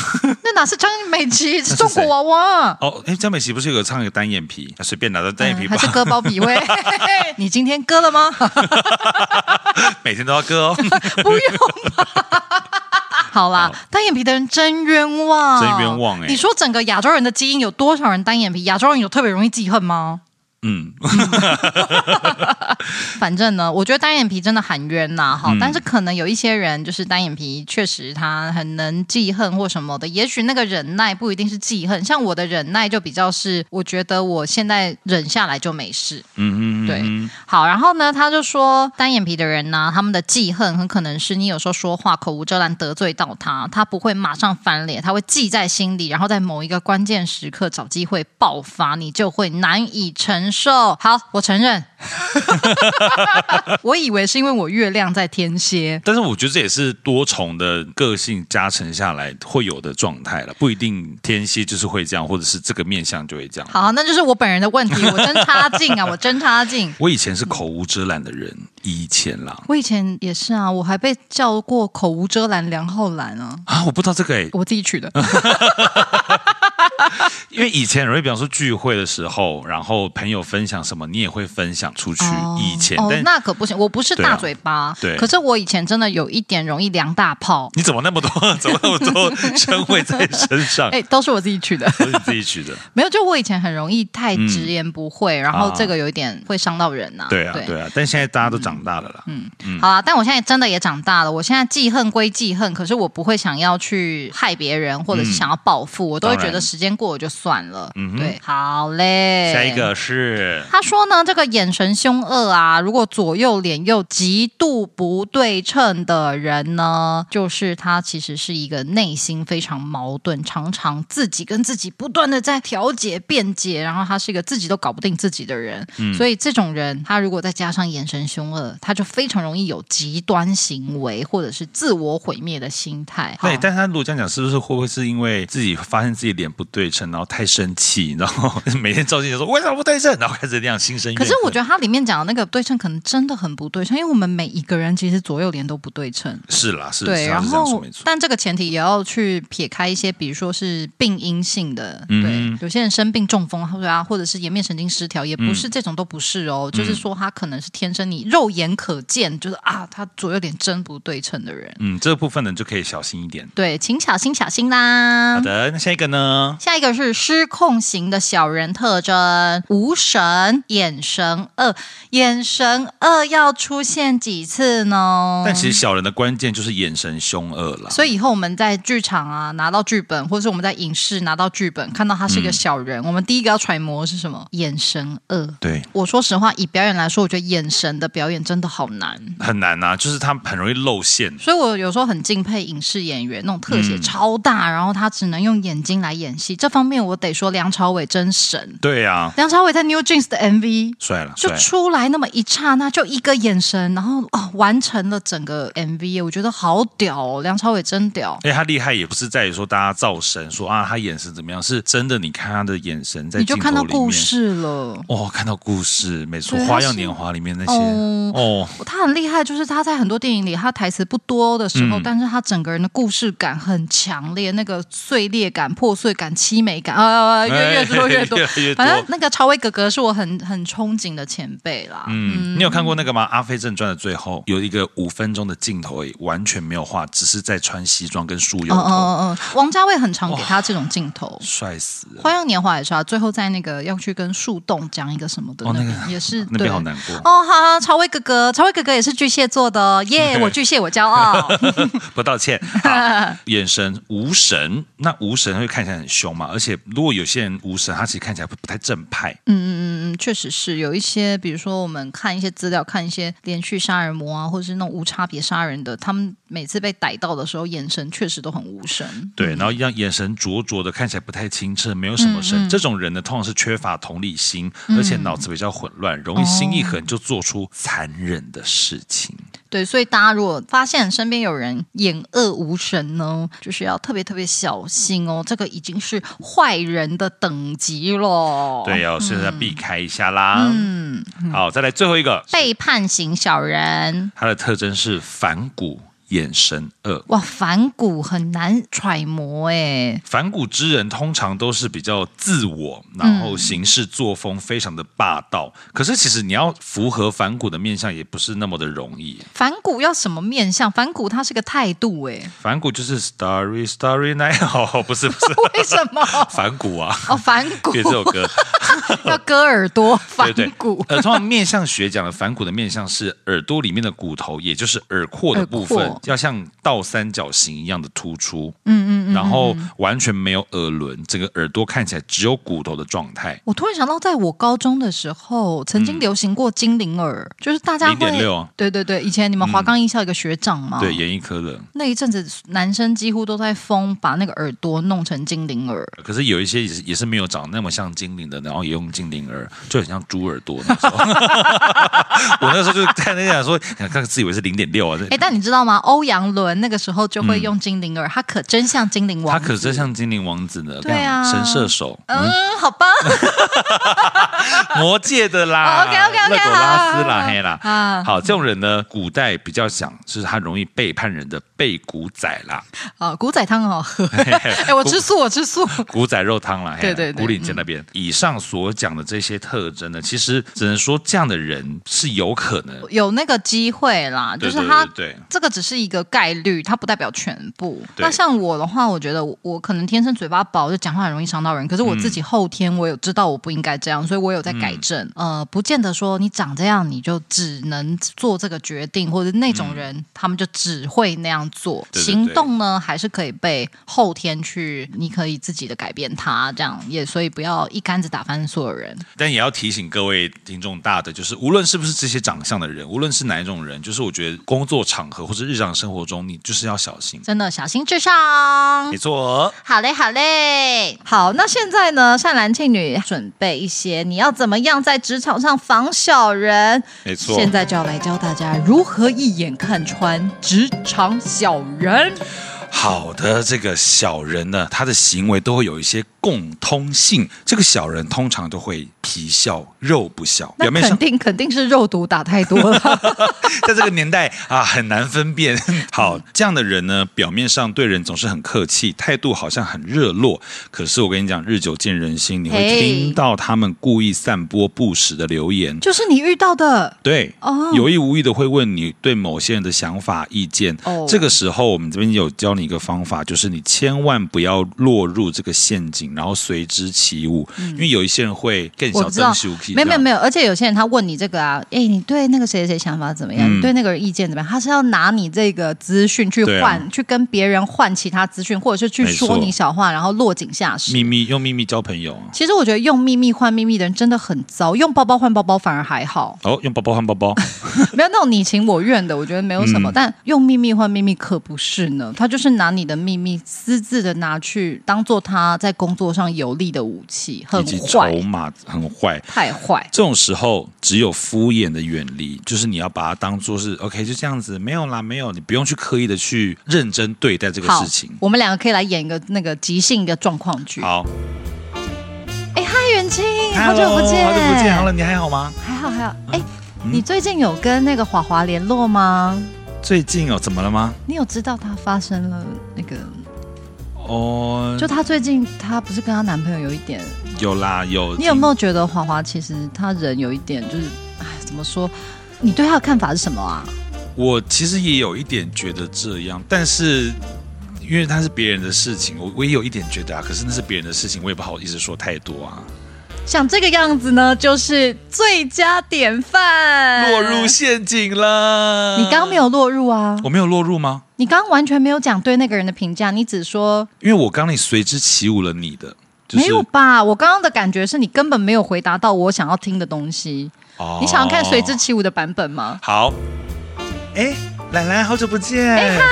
S2: 那哪是张美琪，是中
S1: 谁
S2: 国娃娃。
S1: 哦，哎，江美琪不是有唱个单眼皮？随便拿到单眼皮
S2: 嗯
S1: 吧
S2: 还，是割包皮喂？ 你今天割了吗？
S1: 每天都要 割哦，
S2: 不用吧。 好啦，单眼皮的人真冤枉，
S1: 真冤枉欸
S2: 你说整个亚洲人的基因有多少人单眼皮？亚洲人有特别容易记恨吗？
S1: 嗯，
S2: 反正呢，我觉得单眼皮真的喊冤呐、哈、
S1: 嗯
S2: 但是可能有一些人就是单眼皮，确实他很能记恨或什么的。也许那个忍耐不一定是记恨，像我的忍耐就比较是，我觉得我现在忍下来就没事。
S1: 嗯嗯，
S2: 对好，然后呢，他就说单眼皮的人呢，他们的记恨很可能是你有时候说话口无遮拦得罪到他，他不会马上翻脸，他会记在心里，然后在某一个关键时刻找机会爆发，你就会难以承受。好，我承认，我以为是因为我月亮在天蝎。
S1: 但是我觉得这也是多重的个性加成下来会有的状态了，不一定天蝎就是会这样，或者是这个面相就会这样。
S2: 好，那就是我本人的问题，我真差劲啊，我真差劲。
S1: 我以前是口无遮拦的人，以前啦
S2: 我以前也是啊，我还被叫过口无遮拦梁浩然啊，
S1: 啊，我不知道这个诶、
S2: 我自己取的。
S1: 因为以前人会比方说聚会的时候，然后朋友分享什么，你也会分享出去。
S2: 哦
S1: 以前，
S2: 哦
S1: 但，
S2: 那可不行，我不是
S1: 对啊
S2: 大嘴巴，
S1: 对
S2: 可是我以前真的有一点容易量大 炮，
S1: 你怎么那么多，怎么那么 多称谓在身上？
S2: 哎，啊都是我自己取的，
S1: 都是你自己取的，
S2: 没有，就我以前很容易太直言不讳，然后
S1: 啊
S2: 这个有一点会伤到人呐、
S1: 对啊，对嗯啊。但现在大家都长大了啦，
S2: 好啊，但我现在真的也长大了，我现在记恨归记恨，可是我不会想要去害别人，或者是
S1: 嗯
S2: 想要报复，我都会
S1: 当
S2: 觉
S1: 然
S2: 得时间过了就算了。
S1: 嗯哼
S2: 对，好嘞，
S1: 下一个是
S2: 他说呢，这个眼神凶恶啊，如果左右脸又极度不对称的人呢，就是他其实是一个内心非常矛盾，常常自己跟自己不断的在调节、辩解，然后他是一个自己都搞不定自己的人。
S1: 嗯
S2: 所以这种人，他如果再加上眼神凶恶，他就非常容易有极端行为或者是自我毁灭的心态。
S1: 对，
S2: 好
S1: 但他如果这样讲，是不是会不会是因为自己发现自己脸不对称，然后太生气，然后 每天照镜子说为什么不对称，然后开始这样心生怨
S2: 可
S1: 恨？
S2: 是我觉得他里面讲的那个对称，可能真的很不对称，因为我们每一个人其实左右脸都不对称。
S1: 是啦，是
S2: 对，
S1: 是啊
S2: 然
S1: 他是这样说
S2: 后
S1: 没错。
S2: 但这个前提也要去撇开一些，比如说是病因性的，
S1: 嗯
S2: 对，有些人生病中风或者啊，或者是颜面神经失调，也不
S1: 嗯
S2: 是这种都不是哦，就是说他可能是天生你肉眼可见，就是啊，他左右脸真不对称的人，
S1: 嗯，这部分呢就可以小心一点。
S2: 对，请小心小心啦。
S1: 好的，那下一个呢？
S2: 下一个是失控型的小人特征，无神、眼神恶，眼神恶要出现几次呢？
S1: 但其实小人的关键就是眼神凶恶啦。
S2: 哦所以以后我们在剧场啊拿到剧本，或者是我们在影视拿到剧本，看到他是一个小人，我们第一个要揣摩是什么？眼神恶。
S1: 对，
S2: 我说实话，以表演来说，我觉得眼神的表演真的好难。
S1: 很难呐、就是他很容易露馅。
S2: 所以我有时候很敬佩影视演员，那种特写超大，然后他只能用眼睛来演戏。这方面我得说梁朝伟真神。
S1: 对啊，
S2: 梁朝伟在 New Jeans 的 MV
S1: 帅了，
S2: 就
S1: 帅了。
S2: 出来那么一刹那，就一个眼神，然后哦完成了整个 MV，我觉得好屌哦，梁朝伟真屌。
S1: 哎，他厉害也不是在于说大家造神说啊，他眼神怎么样，是真的，你看他的眼神在
S2: 你就
S1: 镜
S2: 看到
S1: 头里
S2: 故
S1: 面。
S2: 事了。
S1: 哦，看到故事，没错，
S2: 对
S1: 《
S2: 他
S1: 花
S2: 是
S1: 样年华》里面那些
S2: 哦
S1: 哦，
S2: 他很厉害，就是他在很多电影里，他台词不多的时候，
S1: 嗯
S2: 但是他整个人的故事感很强烈，那个碎裂感、破碎感、凄美感，啊，越越多越多。
S1: 哎 越来越
S2: 反正
S1: 多。
S2: 那个朝伟哥哥是我很很憧憬的前辈啦。
S1: 嗯，你有看过那个吗？《阿飞正传》的最后有一个五分钟的镜头，哎，完全没有画，只是在穿西装跟梳油
S2: 嗯嗯
S1: 头，
S2: 嗯嗯，王家卫很常给他这种镜头。
S1: 帅死了！
S2: 花样年华也是啊，最后在那个要去跟树洞讲一个什么的
S1: 哦
S2: 那
S1: 那个
S2: 边、也是
S1: 那边好
S2: 对
S1: 难过，
S2: 哦，好好，朝伟哥哥，朝伟哥哥也是巨蟹座的哦，耶、 我巨蟹，我骄傲。
S1: 不道歉。好眼神无神，那无神会看起来很凶嘛？而且如果有些人无神，他其实看起来不不太正派。
S2: 嗯嗯嗯，确实是有一些，比如说我们看一些资料，看一些连续杀人魔啊，或者是那种无差别杀人的，他们每次被逮到的时候，眼神确实都很无神。
S1: 对，然后让眼神灼灼的，看起来不太清澈，没有什么神。这种人呢，通常是缺乏同理心，而且脑子比较混乱，容易心一狠就做出残忍的事情。
S2: 对，所以大家如果发现身边有人眼恶无神呢，就是要特别特别小心哦，这个已经是坏人的等级喽。
S1: 对哦，所以要避开一下啦。嗯，好，再来最后一个，
S2: 背叛型小人。
S1: 它的特征是反骨、眼神恶。
S2: 哇，反骨很难揣摩哎，
S1: 反骨之人通常都是比较自我，然后行事作风非常的霸道。可是其实你要符合反骨的面相，也不是那么的容易。
S2: 反骨要什么面相？反骨它是个态度哎，
S1: 反骨就是 starry starry night，哦，不是不是
S2: 为什么？
S1: 反骨啊。
S2: 哦，反骨
S1: 别这首歌，
S2: 要割耳朵、反
S1: 对对
S2: 骨。
S1: 呃，通常面相学讲的反骨的面相是耳朵里面的骨头，也就是耳廓的部
S2: 耳
S1: 分
S2: 廓，
S1: 要像倒三角形一样的突出。嗯嗯嗯，然后完全没有耳轮，整个耳朵看起来只有骨头的状态。
S2: 我突然想到，在我高中的时候，曾经流行过精灵耳，
S1: 嗯
S2: 就是大家会
S1: 0.6啊
S2: 对对对，以前你们华冈艺校有一个学长嘛，
S1: 对，演艺科的。
S2: 那一阵子男生几乎都在疯把那个耳朵弄成精灵耳，
S1: 可是有一些也是也是没有长那么像精灵的，然后也用精灵耳，就很像猪耳朵那 时候。 我那时候就看那讲说，看看自以为是零点六啊，
S2: 哎，但你知道吗？欧阳伦那个时候就会用精灵耳，他可真像精灵
S1: 嗯
S2: 王
S1: 他
S2: 子，
S1: 可真像精灵王子呢，
S2: 对啊
S1: 神射 手，
S2: 嗯，好吧，
S1: 魔界的啦
S2: 哦 OK，OK，OK，
S1: 勒狗拉斯
S2: 好
S1: 啦，嘿啦，
S2: 啊
S1: 好，这种人呢，古代比较想，就是他容易背叛人的背骨仔啦，
S2: 啊，古仔汤很 好喝， 哎，我吃素，我吃素，
S1: 骨仔肉汤啦，嘿啦
S2: 对对对嗯
S1: 古岭街那边。以上所讲的这些特征呢，其实只能说这样的人是有可能，
S2: 有那个机会啦，就
S1: 对
S2: 是
S1: 对
S2: 他
S1: 对对。
S2: 这个只是一个概率，它不代表全部。
S1: 对
S2: 那像我的话，我觉得我我可能天生嘴巴薄，就讲话很容易伤到人。可是我自己后天我有知道我不应该这样，所以我有在改
S1: 嗯
S2: 正。呃，不见得说你长这样你就只能做这个决定，或者那种人、他们就只会那样做。
S1: 嗯对对对
S2: 行动呢，还是可以被后天去，你可以自己的改变它，这样也所以不要一竿子打翻所有人。
S1: 但也要提醒各位听众大的，就是无论是不是这些长相的人，无论是哪一种人，就是我觉得工作场合或者日常生活中，你就是要小心。
S2: 真的，小心智商
S1: 没。错，
S2: 好嘞，好嘞，好。那现在呢，善男信女准备一些，你要怎么样在职场上防小人？
S1: 没错。
S2: 现在就要来教大家如何一眼看穿职场小人。
S1: 好的，这个小人呢，他的行为都会有一些共通性。这个小人通常都会皮笑肉不笑，
S2: 那
S1: 表面上
S2: 肯定肯定是肉毒打太多 了，
S1: 在这个年代啊，很难分 辨。好，这样的人呢，表面上对人总是很客气，态度好像很热络，可是我跟你讲，日久见人心，你会
S2: 嘿
S1: 听到他们故意散播不实的流言。
S2: 就是你遇到的。
S1: 对，
S2: 哦
S1: 有意无意的会问你对某些人的想法、意见。
S2: 哦
S1: 这个时候，我们这边有教你一个方法，就是你千万不要落入这个陷阱，然后随之起舞，因为有一些人会更
S2: 嗯我
S1: 小
S2: 知道
S1: 灯羞气。
S2: 没有没有
S1: 有，
S2: 没有，而且有些人他问你这个啊，哎，你对那个谁谁谁想法怎么样？
S1: 嗯
S2: 你对那个人意见怎么样？他是要拿你这个资讯去
S1: 对啊
S2: 换，去跟别人换其他资讯，或者是去
S1: 没错
S2: 说你小话，然后落井下石。
S1: 秘密用秘密交朋友啊。，
S2: 其实我觉得用秘密换秘密的人真的很糟，用包包换包包反而还好
S1: 哦，用包包换包包，
S2: 没有那种你情我愿的，我觉得没有什
S1: 嗯
S2: 么。但用秘密换秘密可不是呢，他就是拿你的秘密私自的拿去当做他在工作上有利的武器，很
S1: 以及
S2: 坏
S1: 筹，码很坏。
S2: 太坏。
S1: 这种时候，只有敷衍的远离，就是你要把它当做是 OK，就这样子，没有啦，没有，你不用去刻意的去认真对待这个
S2: 好
S1: 事情，。
S2: 我们两个可以来演一个那个即兴的状况剧。
S1: 好，
S2: 哎，嗨，远清，好久不
S1: Hello，
S2: 见，
S1: 好久不见，好了，你还好吗？
S2: 还好还好。哎，
S1: 嗯
S2: 你最近有跟那个华华联络吗？
S1: 最近哦，怎么了吗？
S2: 你有知道她发生了那个？
S1: 哦，
S2: 就她最近，她不是跟她男朋友有一点
S1: 有啦，有。
S2: 你有没有觉得华华其实他人有一点就是，哎，怎么说？你对他的看法是什么啊？
S1: 我其实也有一点觉得这样，但是因为他是别人的事情，我我也有一点觉得啊，可是那是别人的事情，我也不好意思说太多啊，
S2: 像这个样子呢，就是最佳典范。
S1: 落入啊陷阱了。
S2: 呃你刚刚没？有落入啊？
S1: 我没有落入吗？
S2: 你刚刚完全没有讲对那个人的评价，你只说、
S1: 因为我刚刚你随之起舞了你的，就是
S2: 没有吧？我刚刚的感觉是你根本没有回答到我想要听的东西。
S1: 哦
S2: 你想要看随之起舞的版本吗？
S1: 好。哎，兰兰，好久不见。哎嗨。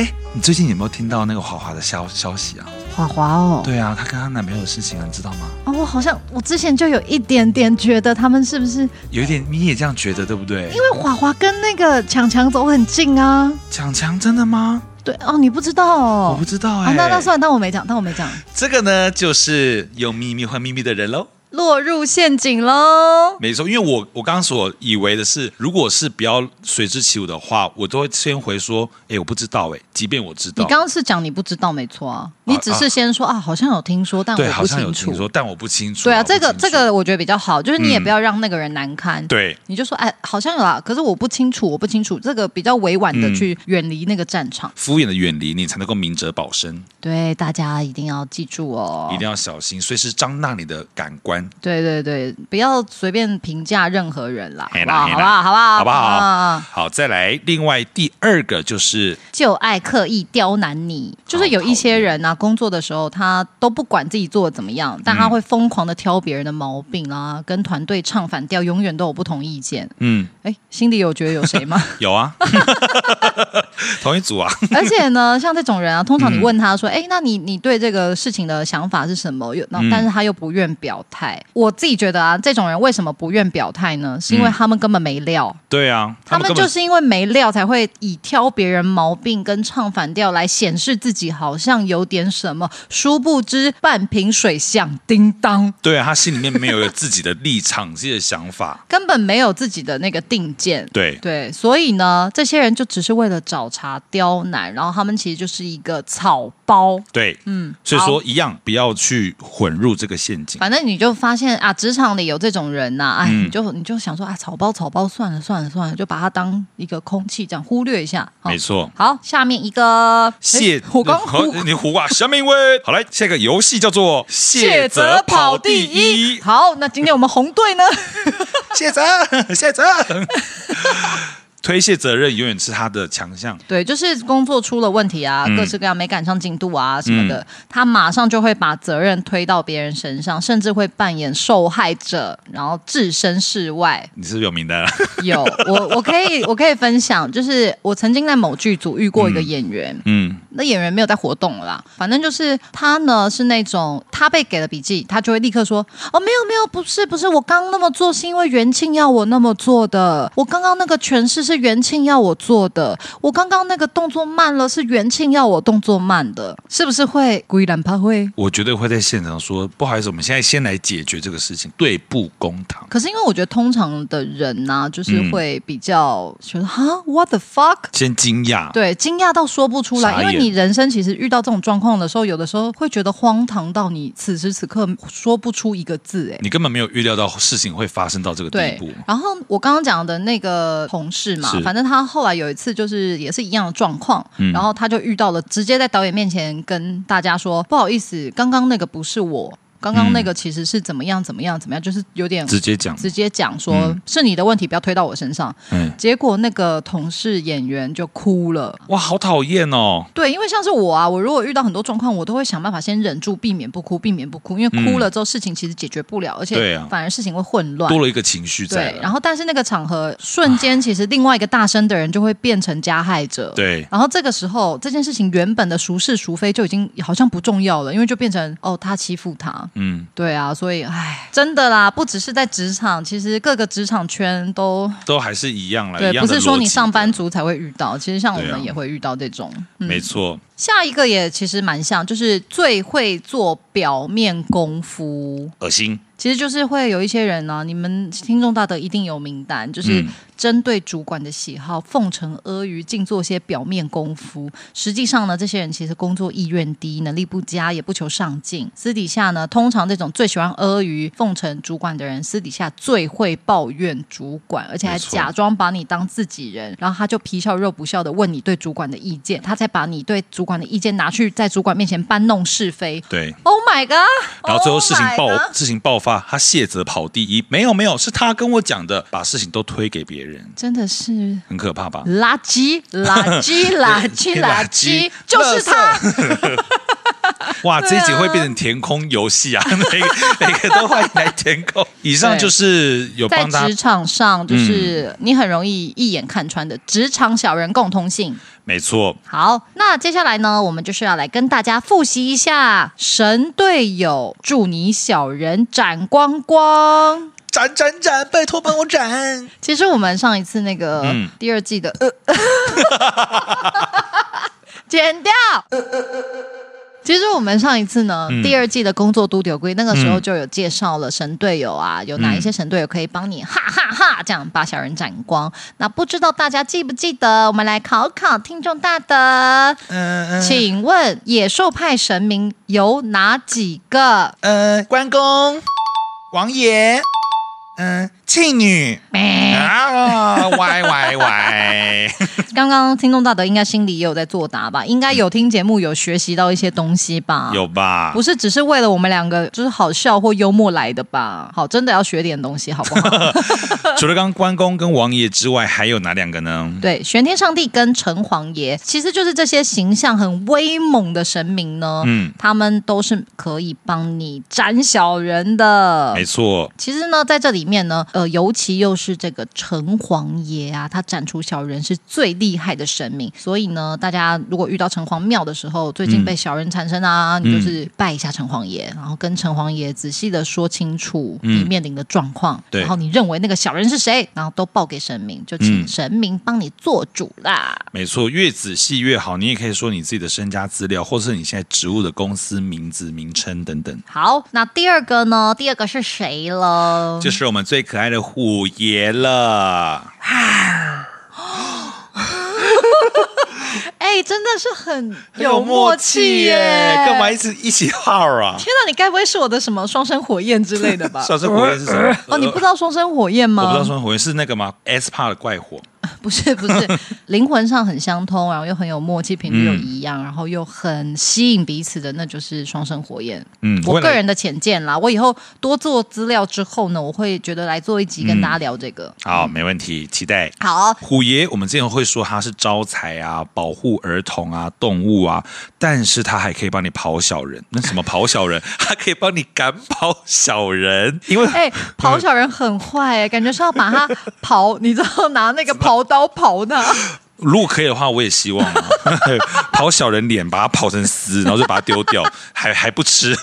S1: 哎，你最近有没有听到那个华华的消消息啊？
S2: 华华哦，
S1: 对啊，她跟她男朋友的事情啊，你知道吗？
S2: 哦，我好像我之前就有一点点觉得他们是不是因
S1: 有一点你也这样觉得对不对？
S2: 为华华跟那个强强走很近啊？
S1: 强强真的吗？
S2: 对哦，你不知道哦，
S1: 我不知道哎、
S2: 啊，那那算，但我没讲，但我没讲，
S1: 这个呢，就是用秘密换秘密的人喽。
S2: 落入陷阱喽。
S1: 没错，因为我我刚刚所以为的是，如果是不要随之起舞的话，我都会先回说，哎，我不知道，哎，即便我知
S2: 你
S1: 道，
S2: 刚刚是讲你不知道，没错啊，你只是先说啊好像有听说，但
S1: 对，
S2: 我
S1: 好
S2: 不
S1: 像有
S2: 清
S1: 听
S2: 楚。
S1: 说，但我不清楚。
S2: 对啊，
S1: 我不
S2: 这个
S1: 清楚
S2: 这，个我觉得比较好，就是你也
S1: 嗯
S2: 不要让那个人难堪。。
S1: 对，
S2: 你就说，哎，好像有啦，可是我不清楚，我不清楚，这个比较委婉的
S1: 嗯
S2: 去远离那个战场。
S1: 敷衍的远离，你才能够明哲保身，
S2: 对，大家一定要记住哦
S1: 一定。要小心，随时张大你的感官，观。
S2: 对对对，不要随便评价任何人啦，
S1: 嘿
S2: 好不
S1: 啦
S2: 好？好不好？好不好？
S1: 好不好
S2: 嗯嗯嗯
S1: 好，再来，另外第二个就是
S2: 就爱刻意刁难你，就是有一些人啊，工作的时候他都不管自己做的怎么样，但他
S1: 嗯
S2: 会疯狂的挑别人的毛病啊，跟团队唱反调，永远都有不同意见。
S1: 嗯，
S2: 哎，心里有觉得有 谁吗？
S1: 有 啊，同一组啊，
S2: 而且呢，像这种人啊，通常你问他说：“哎、那你你对这个事情的想法是什么？”有，那
S1: 嗯
S2: 但是他又不愿表态。我自己觉得啊，这种人为什么不愿表态呢？是因为
S1: 嗯
S2: 他们根本没料。
S1: 对啊，
S2: 他们
S1: 根
S2: 就
S1: 本
S2: 是因为没料，才会以挑别人毛病跟唱反调来显示自己好像有点什么，殊不知半瓶水响叮当，
S1: 对啊，他心里面没有自己的立场、自己的想法，
S2: 根本没有自己的那个定见。
S1: 对，
S2: 对，所以呢，这些人就只是为了找茬刁难，然后他们其实就是一个草包。
S1: 对，嗯，所以说一样不要去混入这个陷阱。
S2: 反正你就发现啊，职场里有这种人呐、哎，
S1: 嗯
S2: 你就你就想说啊，草包草包，算了算了算了，就把它当一个空气这样忽略一下。好
S1: 没错，
S2: 好，下面一个
S1: 谢
S2: 哎我刚
S1: 好
S2: 我
S1: 你胡啊，小明威。 好来，下一个游戏叫做谢泽跑第一，
S2: 好，那今天我们红队呢？
S1: 谢泽，谢泽。 推卸责任永远是他的强项，
S2: 对，就是工作出了问题啊，
S1: 嗯
S2: 各式各样没赶上进度啊什么的，他马上就会把责任推到别人身上，甚至会扮演受害者，然后置身事外。
S1: 你是不是有名啊单了？
S2: 有我，我可以，我可以分享，就是我曾经在某剧组遇过一个演员，
S1: 嗯，
S2: 那演员没有在活动了啦，反正就是他呢是那种他被给了笔记，他就会立刻说哦没有没有不是不是，我刚那么做是因为元庆要我那么做的，我刚刚那个诠释是元庆要我做的，我刚刚那个动作慢了是元庆要我动作慢的，是不是会故意懒怕会？
S1: 我绝对会在现场说，不好意思，我们现在先来解决这个事情，对簿公堂。
S2: 可是因为我觉得通常的人呢、就是会比较 觉得哈 what the fuck。
S1: 先惊讶，
S2: 对，惊讶到说不出来，
S1: 傻
S2: 因
S1: 眼
S2: 为你人生其实遇到这种状况的时候，有的时候会觉得荒唐到你此时此刻说不出一个字，哎。
S1: 你根本没有预料到事情会发生到这个地
S2: 对
S1: 步。，
S2: 然后我刚刚讲的那个同事嘛
S1: 是，嗯
S2: 反正他后来有一次就是也是一样的状况，然后他就遇到了，直接在导演面前跟大家说：“不好意思，刚刚那个不是我，刚刚那个其实是怎么样怎么样怎么样，就是有点
S1: 嗯直接讲，
S2: 直接讲说、是你的问题，不要推到我身上。
S1: 嗯，
S2: 结果那个同事演员就哭了，
S1: 哇，好讨厌哦，
S2: 对，因为像是我啊，我如果遇到很多状况，我都会想办法先忍住，避免不哭，避免不哭，因为哭了之后事情其实解决不了，而
S1: 嗯对
S2: 且
S1: 啊
S2: 反而事情会混乱。
S1: 多了一个情绪在
S2: 对，然
S1: 了。
S2: 后但是那个场合瞬间，其实另外一个大声的人就会变成加害者。。
S1: 对，
S2: 然后这个时候，这件事情原本的孰是孰非就已经好像不重要了，因为就变成哦，他欺负他，
S1: 嗯，
S2: 对啊，所以唉，真的啦，不只是在职场，其实各个职场圈都
S1: 都还是一样了，
S2: 对
S1: 一，样
S2: 不
S1: 的
S2: 是说你
S1: 逻辑
S2: 上班
S1: 的，
S2: 族才会遇到，其实像我
S1: 对啊
S2: 们也会遇到这种，嗯
S1: 没错，
S2: 下一个也其实蛮像，就是最会做表面功夫。
S1: 恶心。
S2: 其实就是会有一些人呢、你们听众大德一定有名单，就是
S1: 嗯
S2: 针对主管的喜好奉承阿谀，尽做些表面功夫。实际上呢，这些人其实工作意愿低，能力不佳，也不求上进。私底下呢，通常这种最喜欢阿谀奉承主管的人，私底下最会抱怨主管，而且还
S1: 没错
S2: 假装把你当自己人，然后他就皮笑肉不笑的问你对主管的意见，他再把你对主管的意见拿去在主管面前搬弄是非。
S1: 对，
S2: Oh my god！
S1: 然后最后事情
S2: Oh my
S1: 爆
S2: god
S1: 事情爆发，他谢责跑第一，没有没有，是他跟我讲的，把事情都推给别人，
S2: 真的是
S1: 很可怕 吧？
S2: 垃圾，垃圾，垃圾， 垃圾，就是他。
S1: 哇，这
S2: 对
S1: 一
S2: 啊
S1: 集会变成填空游戏啊！ 每个每个都欢迎来填 空。以上就是有
S2: 在
S1: 帮大
S2: 职
S1: 家，
S2: 场上，就是你很容易一眼看穿的职场小人共通性。
S1: 没错，
S2: 好，那接下来呢，我们就是要来跟大家复习一下神队友，祝你小人展光光。
S1: 斩斩斩，拜托帮我斩。
S2: 其实我们上一次那个
S1: 嗯
S2: 第二季的，呃、 剪掉。其实我们上一次呢，
S1: 嗯
S2: 第二季的工作都丢龟，那个时候就有介绍了神队友
S1: 嗯
S2: 啊，有哪一些神队友可以帮你哈哈哈这样把小人斩光。那不知道大家记不记得？我们来考考听众大德，
S1: 嗯嗯
S2: 请问野兽派神明有哪几个？
S1: 嗯呃，关公、王爷，嗯、庆女，
S2: 咩
S1: 啊，歪歪歪，
S2: 刚刚听众大德应该心里也有在作答吧？应该有听节目，有学习到一些东西吧？
S1: 有啊吧
S2: 不？是只是为了我们两个就是好笑或幽默来的吧？好，真的要学点东西，好不 好？
S1: 除了刚刚关公跟王爷之外，还有哪两个呢？
S2: 对，玄天上帝跟城隍爷，其实就是这些形象很威猛的神明呢，
S1: 嗯，
S2: 他们都是可以帮你斩小人的
S1: 没。错，
S2: 其实呢，在这里面呢，呃，尤其又是这个城隍爷啊，他斩除小人是最厉害的神明，所以呢，大家如果遇到城隍庙的时候，最近被小人缠身啊，
S1: 嗯
S2: 你就是拜一下城隍爷，然后跟城隍爷仔细的说清楚
S1: 嗯
S2: 你面临的状况，
S1: 对
S2: 然后你认为那个小人是谁，然后都报给神明，就请
S1: 嗯
S2: 神明帮你做主啦。
S1: 没错，越仔细越好。你也可以说你自己的身家资料，或是你现在职务的公司名字、名称等等。
S2: 好，那第二个呢？第二个是谁了？
S1: 就是我们最可爱的虎爷了。
S2: 哎、真的是很
S1: 很有
S2: 默
S1: 默契耶！哎干嘛一直一起号啊？？
S2: 天哪，你该不会是我的什么双生火焰之类的 吧
S1: 上次火焰是什么？
S2: 哦，你不知道双生火焰吗？
S1: 我不知道说火焰是那个吗？S p a 的怪火，
S2: 不是 不是，灵魂上很相通，然后又很有默契，频率又
S1: 嗯
S2: 一样，然后又很吸引彼此的，那就是双生火焰。
S1: 嗯
S2: 我
S1: 未来
S2: 个人的浅见啦，我以后多做资料之后呢，我会觉得来做一集跟
S1: 嗯
S2: 大家聊这个。
S1: 好，没问题，期待。
S2: 好，
S1: 虎爷，我们之前会说他是招财啊、保护儿童啊、动物啊，但是他还可以帮你跑小人。那什么跑小人？他可以帮你赶跑小人， 因为
S2: 哎、咆哮人很坏、哎，感觉是要把他刨，你知道拿那个刨刀 刨他。
S1: 如果可以的话，我也希望、 啊、跑小人脸，把它跑成丝，然后就把它丢掉，还还不吃。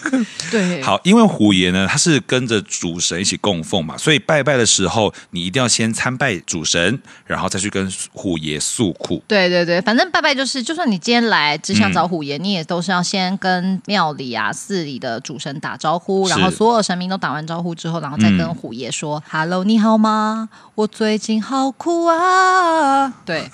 S2: 对，
S1: 好，因为虎爷呢，他是跟着主神一起供奉嘛，所以拜拜的时候，你一定要先参拜主神，然后再去跟虎爷诉 苦。
S2: 对对对，反正拜拜就是，就算你今天来只
S1: 嗯
S2: 想找虎爷，你也都是要先跟庙里啊、寺里的主神打招呼，
S1: 是嗯
S2: 然后所有神明都打完招呼之后，然后再跟虎爷说、h e l l o 你好吗？我最近好 苦啊。”对，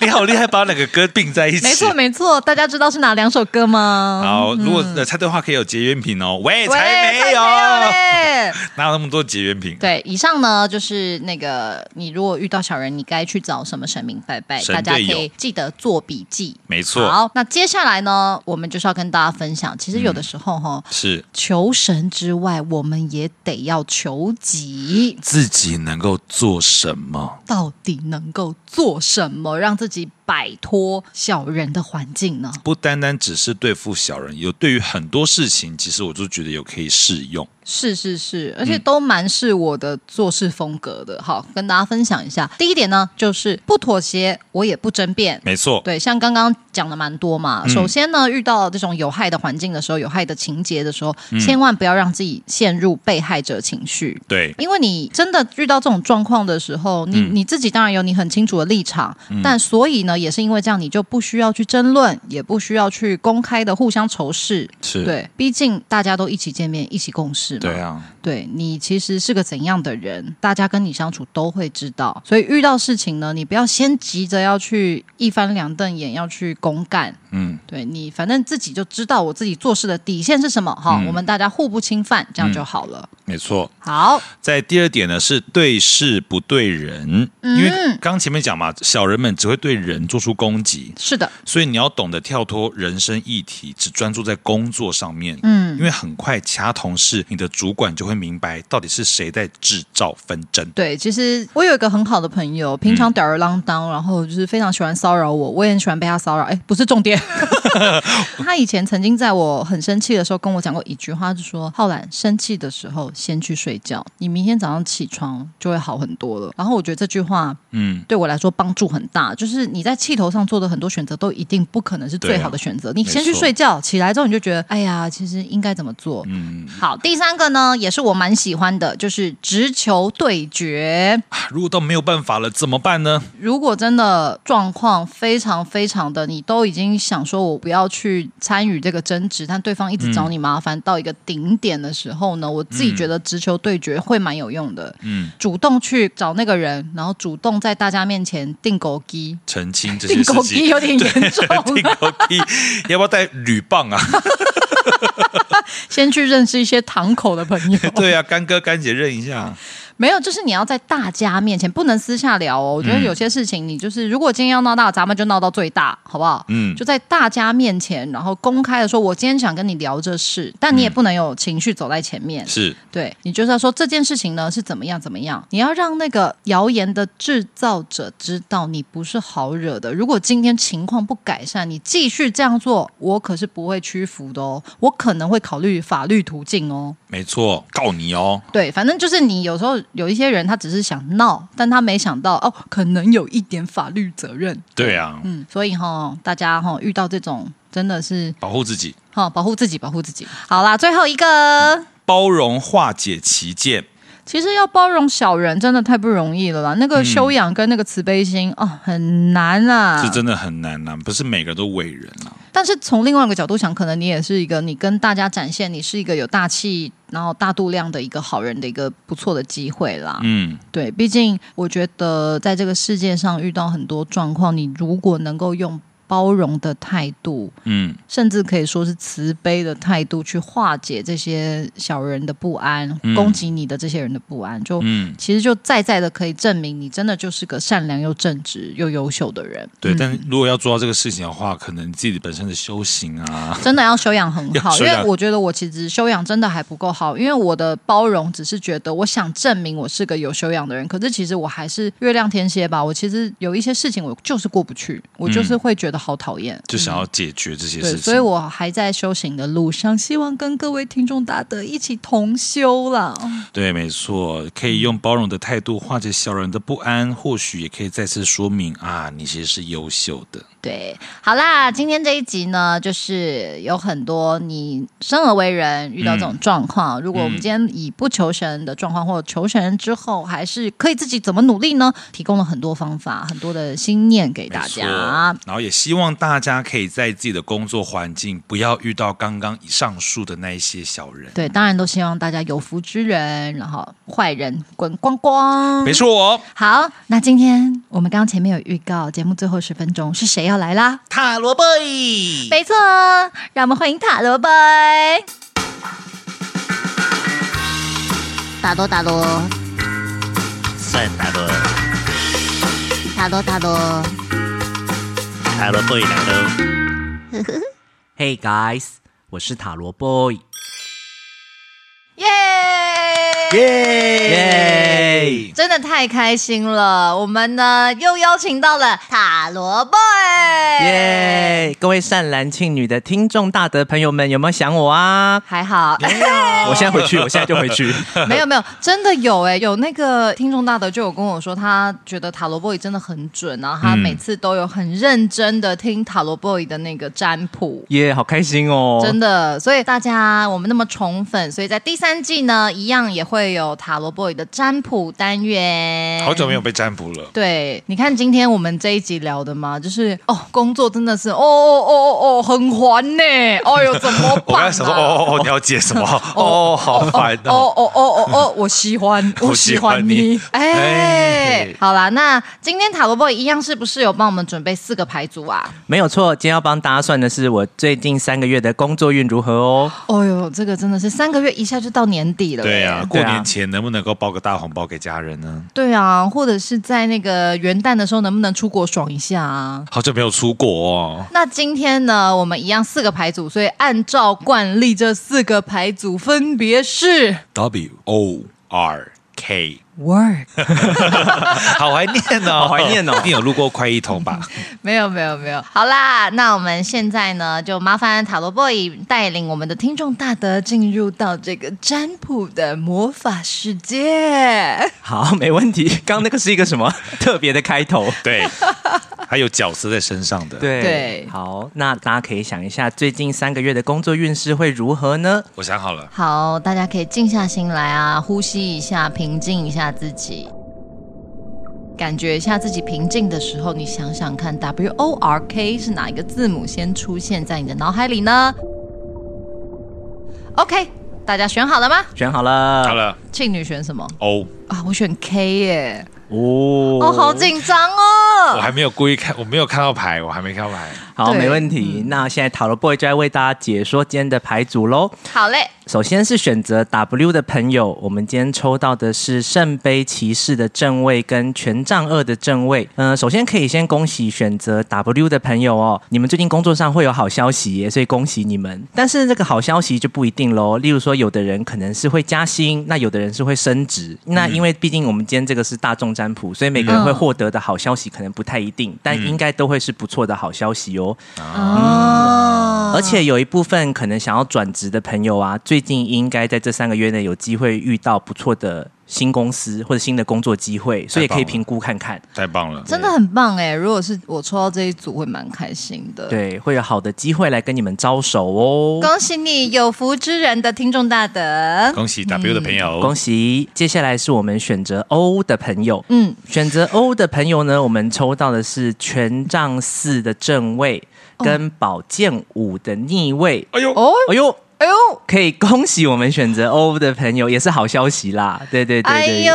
S1: 你好厉害，把两个歌并在一起。
S2: 没错没错，大家知道是哪两首歌吗？
S1: 好，如果呃猜对的话，可以有结缘品哦。喂，
S2: 哦嗯喂，
S1: 才没有，
S2: 嘞！
S1: 哪有那么多结缘品？
S2: 对，以上呢就是那个，你如果遇到小人，你该去找什么神明拜拜，
S1: 神
S2: 大家可
S1: 队友
S2: 以记得做笔记。
S1: 没错，
S2: 好，那接下来呢，我们就是要跟大家分享，其实有的时候哈、
S1: 是
S2: 求神之外，我们也得要求己，
S1: 自己能够做什么？
S2: 到底能够做什么，让自己摆脱小人的环境呢？
S1: 不单单只是对付小人，有对于很多事情，其实我就觉得有可以适用。
S2: 是是是，而且都蛮是我的做事风格的。好，跟大家分享一下。第一点呢，就是不妥协，我也不争辩。
S1: 没错，
S2: 对，像刚刚讲的蛮多嘛。首先呢，遇到这种有害的环境的时候，有害的情节的时候，千万不要让自己陷入被害者情绪。
S1: 对，
S2: 因为你真的遇到这种状况的时候，你、
S1: 嗯
S2: 你自己当然有你很清楚的立场，但所以呢，也是因为这样，你就不需要去争论，也不需要去公开的互相仇视。
S1: 是，
S2: 对，毕竟大家都一起见面，一起共事嘛。
S1: 对啊，
S2: 对你其实是个怎样的人，大家跟你相处都会知道。所以遇到事情呢，你不要先急着要去一翻两瞪眼，要去公干。
S1: 嗯，
S2: 对你，反正自己就知道我自己做事的底线是什么。好，
S1: 嗯
S2: 我们大家互不侵犯，这样就好了。
S1: 没错。
S2: 好，
S1: 在第二点呢，是对事不对人，因
S2: 嗯
S1: 为刚前面讲嘛，小人们只会对人做出攻击，
S2: 是的，
S1: 所以你要懂得跳脱人生议题，只专注在工作上面。
S2: 嗯
S1: 因为很快其他同事、你的主管就会明白到底是谁在制造纷争。
S2: 对，其实我有一个很好的朋友，平
S1: 嗯
S2: 常吊儿郎当，然后就是非常喜欢骚扰我，我也很喜欢被他骚扰。哎，不是 重点。 他以前曾经在我很生气的时候跟我讲过一句话，就说：“浩然，生气的时候先去睡觉，你明天早上起床就会好很多了。”然后我觉得这句话
S1: 嗯，
S2: 对我来说帮助很大，就是你在气头上做的很多选择都一定不可能是最
S1: 对啊
S2: 好的选择。你先去
S1: 没错
S2: 睡觉，起来之后你就觉得，哎呀，其实应该怎么做。嗯，好，第三个呢，也是我蛮喜欢的，就是直球对决。
S1: 如果到没有办法了，怎么办呢？
S2: 如果真的状况非常非常的，你都已经想说我不要去参与这个争执，但对方一直找你麻烦到一个顶点的时候呢，我自己觉得直球对决会蛮有用的。
S1: 嗯，
S2: 主动去找那个人，然后主动在大家面前定狗机，
S1: 澄清这些
S2: 定
S1: 事
S2: 狗啊
S1: 情
S2: 机。有点严重
S1: 定狗屁，要不要带铝棒啊？
S2: 先去认识一些堂口的朋友。
S1: 对啊，干哥干姐认一下。
S2: 没有，就是你要在大家面前，不能私下聊哦。我觉得
S1: 嗯
S2: 有些事情，你就是如果今天要闹大，咱们就闹到最大，好不好？
S1: 嗯
S2: 就在大家面前，然后公开的说，我今天想跟你聊这事，但你也不能有情绪走在前面。
S1: 嗯是
S2: 对你就是要说这件事情呢是怎么样怎么样，你要让那个谣言的制造者知道你不是好惹的。如果今天情况不改善，你继续这样做，我可是不会屈服的哦，我可能会考虑法律途径哦。
S1: 没错，告你哦。
S2: 对，反正就是你有时候有一些人他只是想闹，但他没想到哦，可能有一点法律责任。
S1: 对啊，
S2: 嗯，所以哈、大家哈、遇到这种真的是
S1: 保护自己，
S2: 哈、保护自己，保护自己。好啦，最后一个。
S1: 包容化解歧见。
S2: 其实要包容小人真的太不容易了啦，那个修养跟那个慈悲心、哦很难啊。
S1: 这真的很难呐、不是每个人都伟人啊。
S2: 但是从另外一个角度想，可能你也是一个，你跟大家展现你是一个有大气，然后大度量的一个好人的一个不错的机会啦。
S1: 嗯，
S2: 对，毕竟我觉得在这个世界上遇到很多状况，你如果能够用包容的态度，
S1: 嗯，
S2: 甚至可以说是慈悲的态度去化解这些小人的不安，
S1: 嗯
S2: 攻击你的这些人的不安，就
S1: 嗯，
S2: 其实就在在的可以证明你真的就是个善良又正直又优秀的人。
S1: 对。但如果要做到这个事情的话，可能自己本身的修行啊，
S2: 真的要修养很好，
S1: 要
S2: 因
S1: 修养
S2: 为我觉得我其实修养真的还不够好，因为我的包容只是觉得我想证明我是个有修养的人，可是其实我还是月亮天蝎吧，我其实有一些事情我就是过不去，我就是会觉得好讨厌。
S1: 就想要解决这些
S2: 对，
S1: 事情。
S2: 所以我还在修行的路上，希望跟各位听众大德一起同修啦。
S1: 对，没错，可以用包容的态度化解小人的不安，或许也可以再次说明啊，你其实是优秀的。
S2: 对，好啦，今天这一集呢，就是有很多你生而为人遇到这种状况，如果我们今天以不求神的状况或求神之后，还是可以自己怎么努力呢？提供了很多方法，很多的心念给大
S1: 没错
S2: 家。
S1: 然后也希望大家可以在自己的工作环境不要遇到刚刚以上述的那一些小人。
S2: 对，当然都希望大家有福之人，然后坏人滚光光
S1: 没。错哦，
S2: 好，那今天我们刚刚前面有预告，节目最后十分钟是谁要来啦？
S1: 塔罗贝，
S2: 没错，让我们欢迎塔罗贝。
S4: 打多打多
S5: 算塔罗，
S4: 打多打多，
S5: 塔罗 boy 来喽。hey guys，我是塔罗 boy。
S2: 耶！
S1: 耶！
S2: 真的太开心了！我们呢又邀请到了塔罗 boy，！
S5: 耶各位善男信女的听众大德朋友们，有没有想我 啊？
S2: 还好，
S5: 我现在回去，我现在就回去。
S2: 没有没有，真的有哎、有那个听众大德就有跟我说，他觉得塔罗 boy 真的很准，然后他
S1: 嗯
S2: 每次都有很认真的听塔罗 boy 的那个占卜。
S5: 耶好开心哦！
S2: 真的，所以大家我们那么宠粉，所以在第三季呢，一样也会有塔罗 boy 的占卜单元。
S1: 好久没有被占卜了。
S2: 对，你看今天我们这一集聊的嘛，就是哦，工作真的是哦哦哦哦，很烦呢，哎呦，怎么
S1: 我刚
S2: 办、啊？
S1: 才想说，哦哦哦，你要解什么？哦，好烦哦。
S2: 哦哦哦哦哦，我喜欢，我
S1: 我
S2: 喜
S1: 喜
S2: 欢
S1: 欢
S2: 你
S1: 你。
S2: 哎
S1: 哎，
S2: 好啦，那今天塔罗 boy 一样是不是有帮我们准备四个牌组啊？
S5: 没有错，今天要帮大家算的是我最近三个月的工作运如何哦。
S2: 哎呦，这个真的是三个月一下就到年底了。
S1: 对
S2: 呀、
S1: 啊，过年前能不能够包个大红包给家人呢？
S2: 对啊，或者是在那个元旦的时候，能不能出国爽一下啊？
S1: 好久没有出国哦。
S2: 那今天呢，我们一样四个牌组，所以按照惯例，这四个牌组分别是
S1: W O R K，
S2: work。
S1: 好怀念哦，
S5: 好怀念哦
S1: 一定有路过快一通吧？
S2: 没有没有没有。好啦，那我们现在呢，就麻烦塔罗 boy 带领我们的听众大德进入到这个占卜的魔法世界。
S5: 好，没问题。刚刚那个是一个什么特别的开头？
S1: 对，还有角色在身上的。，
S5: 对
S2: 对
S5: 好，那大家可以想一下，最近三个月的工作运势会如何呢？
S1: 我想好了，
S2: 好，大家可以静下心来啊，呼吸一下，平静一下自己。感觉一下自己平静的时候，你想想看，W O R K 是哪一个字母先出现在你的脑海里呢？OK，大家选好了吗？
S5: 选好了，
S1: 好，了，
S2: 庆女选什么
S1: 哦，
S2: 啊？我选 K 耶、
S5: 哦
S2: 哦，好紧张哦。
S1: 我还没有故意看，我没有看到牌，我还没看到牌。
S5: 好，
S2: 对
S5: 没问题。那现在塔罗 boy 就来为大家解说今天的牌组喽。
S2: 好嘞，
S5: 首先是选择 W 的朋友，我们今天抽到的是圣杯骑士的正位跟权杖二的正位。嗯、首先可以先恭喜选择 W 的朋友哦，你们最近工作上会有好消息耶，所以恭喜你们。但是这个好消息就不一定喽，例如说有的人可能是会加薪，那有的人是会升职。那因为毕竟我们今天这个是大众占卜，所以每个人会获得的好消息可能不太一定，但应该都会是不错的好消息哦。
S2: 哦，
S5: 而且有一部分可能想要转职的朋友啊，最近应该在这三个月内有机会遇到不错的新公司或者新的工作机会，所以
S1: 太棒了
S5: 可以评估看看。
S1: 太棒了，
S2: 真的很棒哎、如果是我抽到这一组，会蛮开心的。，
S5: 对，会有好的机会来跟你们招手哦。
S2: 恭喜你有福之人的听众大德。
S1: 恭喜 W 的朋友，
S5: 恭
S1: 喜
S5: 喜！接下来是我们选择 O 的朋友，
S2: 嗯，
S5: 选择 O 的朋友呢，我们抽到的是权杖四的正位跟宝剑五的逆位。
S1: 哎呦，
S2: 哦，
S5: 哎呦，
S2: 哎呦，
S5: 可以恭喜我们选择 O 的朋友，也是好消息啦！对对对对
S2: 哎
S5: 对
S2: 呦，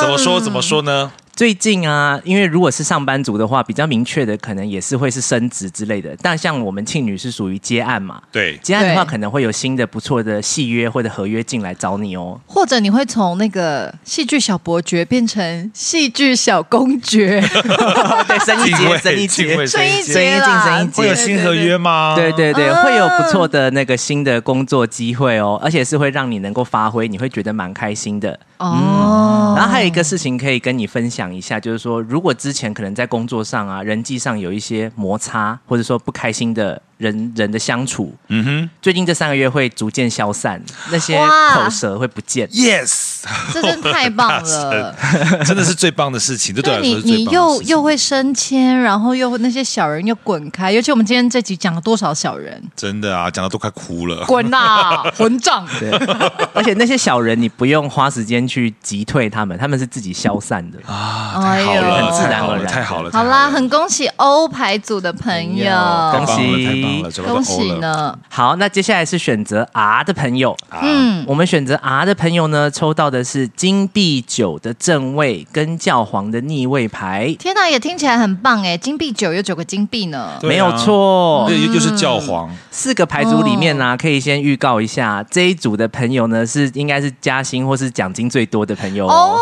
S1: 怎么说怎么说呢？
S5: 最近啊，因为如果是上班族的话，比较明确的可能也是会是升职之类的。但像我们庆女是属于接案嘛，
S1: 对，
S5: 接案的话
S2: 对
S5: 可能会有新的不错的契约或者合约进来找你 哦。
S2: 或者你会从那个戏剧小伯爵变成戏剧小公 爵，
S5: 哦 对，生意
S1: 敬
S5: 节，
S1: 畏
S5: 生意
S1: 敬
S5: 节
S1: 畏，
S2: 生
S1: 生
S2: 意
S1: 意
S5: 生
S2: 节
S5: 意
S2: 啦，
S5: 竞争一节
S1: 会有新合约吗？
S5: 对对对，
S2: 啊
S5: 会哦有不错的那个新的工作机会哦，而且是会让你能够发挥，你会觉得蛮开心的。
S1: 嗯
S2: 哦。
S5: 然后还有一个事情可以跟你分享一下，就是说，如果之前可能在工作上啊、人际上有一些摩擦，或者说不开心的人人的相处，
S1: 嗯哼
S5: 最近这三个月会逐渐消散，那些
S2: 哇
S5: 口舌会不见。
S1: ，Yes，
S2: 这真的太棒了！
S1: 真的是最棒的事情，这对我
S2: 对
S1: 来说
S2: 你，
S1: 是最
S2: 你
S1: 棒的事
S2: 又
S1: 情。
S2: 又会升迁，然后又那些小人又滚开，尤其我们今天这集讲了多少 小人，
S1: 真的啊，讲到都快哭了。
S2: 滚呐、混账！
S5: 对， 而且那些小人，你不用花时间去击退他们，他们是自己消散的。
S1: 啊，太
S2: 哎呦
S1: 好了，
S5: 很自然
S1: 太好
S5: 而
S1: 了
S5: 然
S1: 太好了，
S2: 好啦，
S1: 太了
S2: 很恭喜欧牌组的朋友，
S5: 哎
S1: 太
S5: 呦
S1: 棒了
S5: 恭喜
S1: 太棒了，
S2: 恭喜
S1: 呢！
S2: 呢！
S5: 好，那接下来是选择 R 的朋友，
S1: 啊
S2: 嗯，
S5: 我们选择 R 的朋友呢，抽到的是金币九的正位跟教皇的逆位牌，
S2: 天哪，也听起来很棒哎，金币九有九个金币呢。
S1: 对啊
S5: 没有错。
S1: 又又是教皇，
S5: 四个牌组里面呢、啊可以先预告一下，这一组的朋友呢是应该是加薪或是奖金最多的朋友
S2: 哦
S5: 哦，，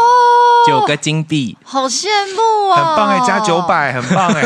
S5: 九、个金币。
S2: 好羡慕哦，
S1: 很棒哎，加九，百，很棒哎，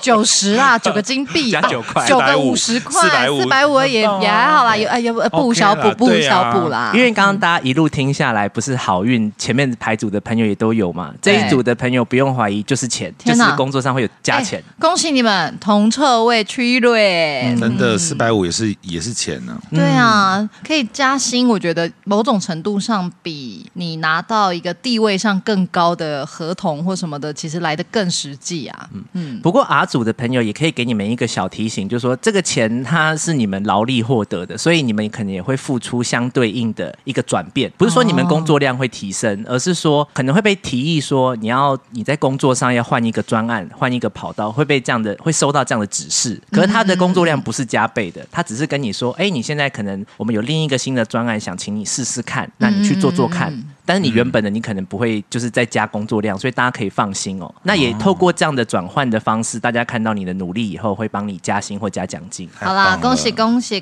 S2: 九十 啊，九个金币，
S5: 加九块
S2: 九个
S1: 450
S2: 五十块，
S1: 450
S2: 四百五也
S1: 很棒啊
S2: 也还好啦，有哎有不
S1: OK
S2: 小
S1: 啦
S2: 补不
S1: 对
S2: 小
S1: 啊
S2: 补啦，
S5: 因为刚刚大家一路听下来，不是好运，前面牌组的朋友也都有嘛。这一组的朋友不用怀疑，就是钱，就
S2: 天
S5: 是
S2: 哪
S5: 工作上会有加钱
S2: 哎。恭喜你们同彻位区瑞。
S1: 真的四百五也是也是钱呢。
S2: 对啊，可以加薪，我觉得某种程度上比你拿到一个地位上更高的合同或什么的，其实来的更实际啊。嗯，
S5: 不过 R 组的朋友也可以给你们一个小提醒，就是说这个钱它是你们劳力获得的，所以你们可能也会付出相对应的一个转变。不是说你们工作量会提升，而是说可能会被提议说你要你在工作上要换一个专案，换一个跑道，会被这样的会收到这样的指示。可是他的工作量不是加倍的，他只是跟你说，哎，你现在可能我们有另一个新的专案，想请你试试看，那你去做做看。但是你原本的你可能不会就是再加工作量，所以大家可以放心哦。那也透过这样的转换的方式，大家看到你的努力以后，会帮你加薪或加奖金。
S1: 太
S2: 好啦，
S1: 棒了
S2: 恭喜恭喜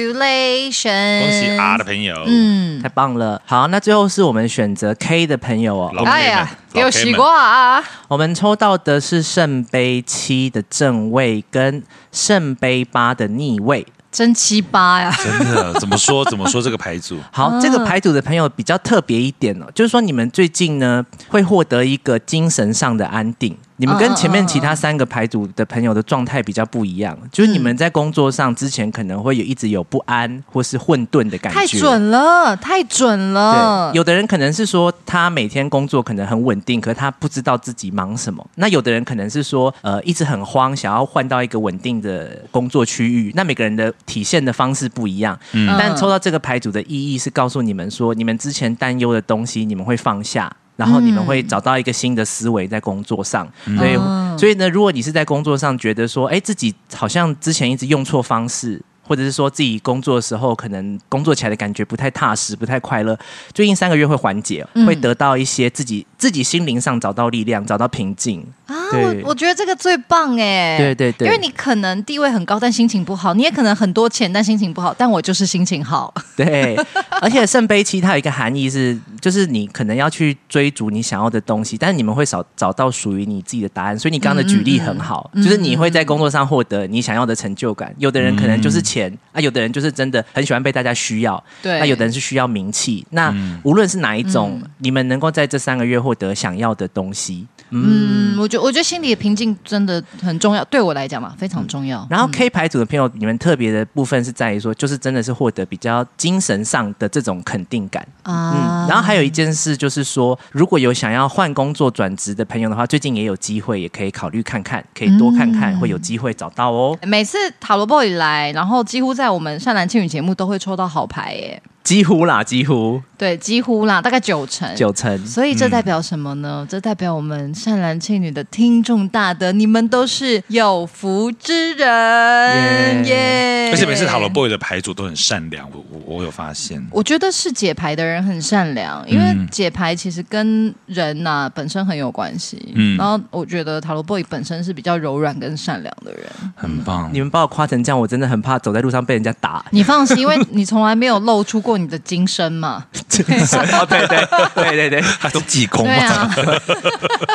S2: ，congratulations！
S1: 恭喜 R 的朋友，
S2: 嗯，
S5: 太棒了！好，那最后是我们选择 K 的朋友哦，
S1: 老 K 们
S2: 哎呀，
S1: 老
S2: 有
S1: K
S2: 喜
S1: 们
S2: 过啊！
S5: 我们抽到的是圣杯七的正位跟圣杯八的逆位。
S2: 真七八呀！
S1: 真的怎么说怎么说这个牌组，
S5: 好，
S2: 嗯
S5: 这个牌组的朋友比较特别一点哦，就是说你们最近呢会获得一个精神上的安定。你们跟前面其他三个牌组的朋友的状态比较不一样，就是你们在工作上之前可能会有一直有不安或是混沌的感觉。
S2: 太准了，太准了！
S5: 哎对，有的人可能是说他每天工作可能很稳定，可是他不知道自己忙什么。那有的人可能是说，呃，一直很慌，想要换到一个稳定的工作区域。那每个人的体现的方式不一样，
S2: 嗯
S5: 但抽到这个牌组的意义是告诉你们说，你们之前担忧的东西，你们会放下。然后你们会找到一个新的思维在工作上，所以、所以呢，如果你是在工作上觉得说，哎，自己好像之前一直用错方式，或者是说自己工作的时候可能工作起来的感觉不太踏实、不太快乐，最近三个月会缓解，会得到一些自己自己心灵上找到力量、找到平静。
S2: 啊，
S5: 对
S2: 我我觉得这个最棒哎，
S5: 对对对
S2: 因为你可能地位很高，但心情不好；你也可能很多钱，但心情不好。但我就是心情 好，
S5: 对，而且圣杯七它有一个含义是，就是你可能要去追逐你想要的东西，但是你们会找找到属于你自己的答案。所以你刚刚的举例很好，
S2: 嗯
S5: 就是你会在工作上获得你想要的成就感。有的人可能就是钱、啊，有的人就是真的很喜欢被大家需要，
S2: 对
S5: 啊那有的人是需要名气。那无论是哪一种，你们能够在这三个月获得想要的东西，
S2: 嗯，我觉我觉得心理的平静真的很重要，对我来讲嘛，非常重要。
S5: 嗯然后 K 牌组的朋友，你们特别的部分是在于说，就是真的是获得比较精神上的这种肯定感
S2: 啊
S5: 嗯，然后还有一件事就是说，如果有想要换工作转职的朋友的话，最近也有机会，也可以考虑看看，可以多看看，会有机会找到哦。
S2: 每次塔罗 boy 来，然后几乎在我们善男信女节目都会抽到好牌耶，
S5: 几乎啦，几乎
S2: 对，几乎啦，大概九成。
S5: 九成。
S2: 所以这
S1: 嗯
S2: 代表什么呢？这代表我们善男信女的听众大德，你们都是有福之人耶
S1: 而且每次塔罗 boy 的牌组都很善良，我我我有发现。
S2: 我觉得是解牌的人很善良，因
S1: 嗯
S2: 为解牌其实跟人呐、本身很有关系。
S1: 嗯
S2: 然后我觉得塔罗 boy 本身是比较柔软跟善良的人。
S1: 很棒
S5: 你。们把我夸成这样，我真的很怕走在路上被人家打。
S2: 你放心，因为你从来没有露出过你的金身嘛。
S5: 哦，对对对对对
S1: 他是济公
S2: 对
S1: 吗？
S2: 啊，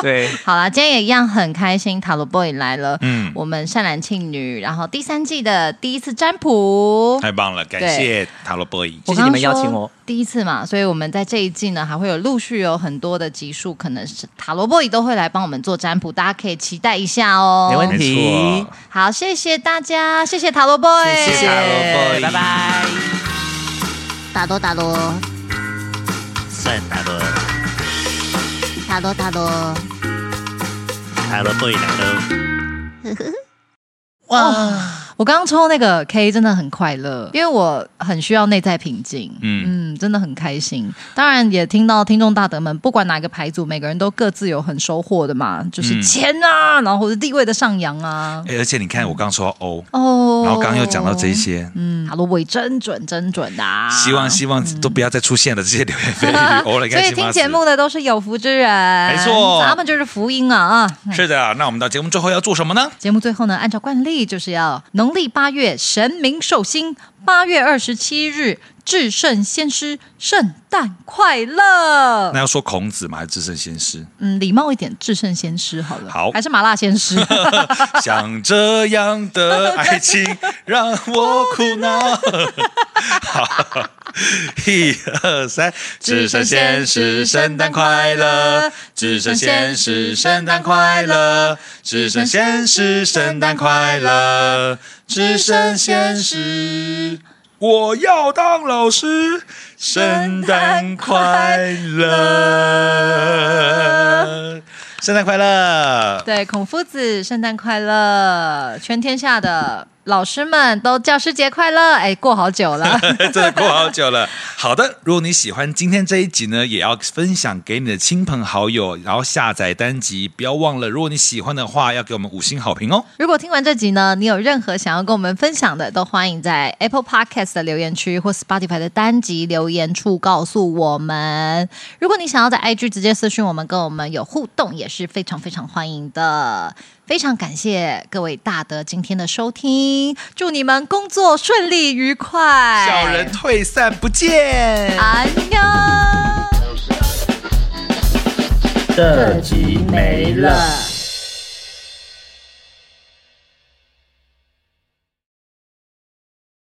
S5: 对，
S2: 好啦，今天也一样很开心，塔罗 boy 来了。
S1: 嗯
S2: 我们善男信女，然后第三季的第一次占卜。
S1: 太棒了，感谢塔罗 boy。
S5: 谢谢你们邀请
S2: 刚刚
S5: 我
S2: 说。第一次嘛，所以我们在这一季呢，还会有陆续有很多的集数，可能是塔罗 boy 都会来帮我们做占卜，大家可以期待一下哦。
S5: 没问
S1: 没
S5: 题
S1: 错，
S2: 好，谢谢大家，谢谢塔罗 boy，
S5: 谢谢塔罗 boy，拜拜。
S4: 打多打多
S6: 算塔罗，
S4: 打多打多。
S6: 塔罗 boy 来喽。
S2: 我刚刚抽那个 K 真的很快乐，因为我很需要内在平静。
S1: 嗯
S2: 嗯真的很开心。当然也听到听众大德们，不管哪个牌组，每个人都各自有很收获的嘛，就是
S1: 嗯
S2: 钱啊，然后或者地位的上扬啊。
S1: 哎而且你看，我刚说 O，
S2: 哦，
S1: 然后刚刚又讲到这，些，
S2: 嗯，塔罗尾真准真准啊！
S1: 希望希望都不要再出现了这些流言蜚 语。偶尔
S2: 所
S1: 开
S2: 以
S1: 心
S2: 听
S1: 吗？
S2: 节目的都是有福之人，
S1: 没错
S2: 咱们就是福音啊啊！
S1: 是的，那我们到节目最后要做什么呢？
S2: 节目最后呢，按照惯例就是要农历八月神明寿星，八月二十七日至圣先师圣诞快乐
S1: 那。要说孔子吗？还是至圣先师？
S2: 嗯，礼貌一点，至圣先师好了，
S1: 好
S2: 还是麻辣先 师。
S1: 像这样 的爱情让我苦恼。 好一二三，至圣先师圣诞快乐，至圣先师圣诞快乐，至圣先师圣诞快乐，至圣先师，我要当老师，圣诞快乐，圣诞快乐。
S2: 对，孔夫子圣诞快乐，全天下的老师们都教师节快乐。哎，过好久了。
S1: 真的过好久了。好的，如果你喜欢今天这一集呢，也要分享给你的亲朋好友，然后下载单集，不要忘了，如果你喜欢的话，要给我们五星好评哦。
S2: 如果听完这集呢，你有任何想要跟我们分享的，都欢迎在 Apple Podcast 的留言区或 Spotify 的单集留言处告诉我们。如果你想要在 IG 直接私讯我们，跟我们有互动，也是非常非常欢迎的。非常感谢各位大德今天的收听，祝你们工作顺利愉快。
S1: 小人退散，不见。
S2: 安妞，这集没了。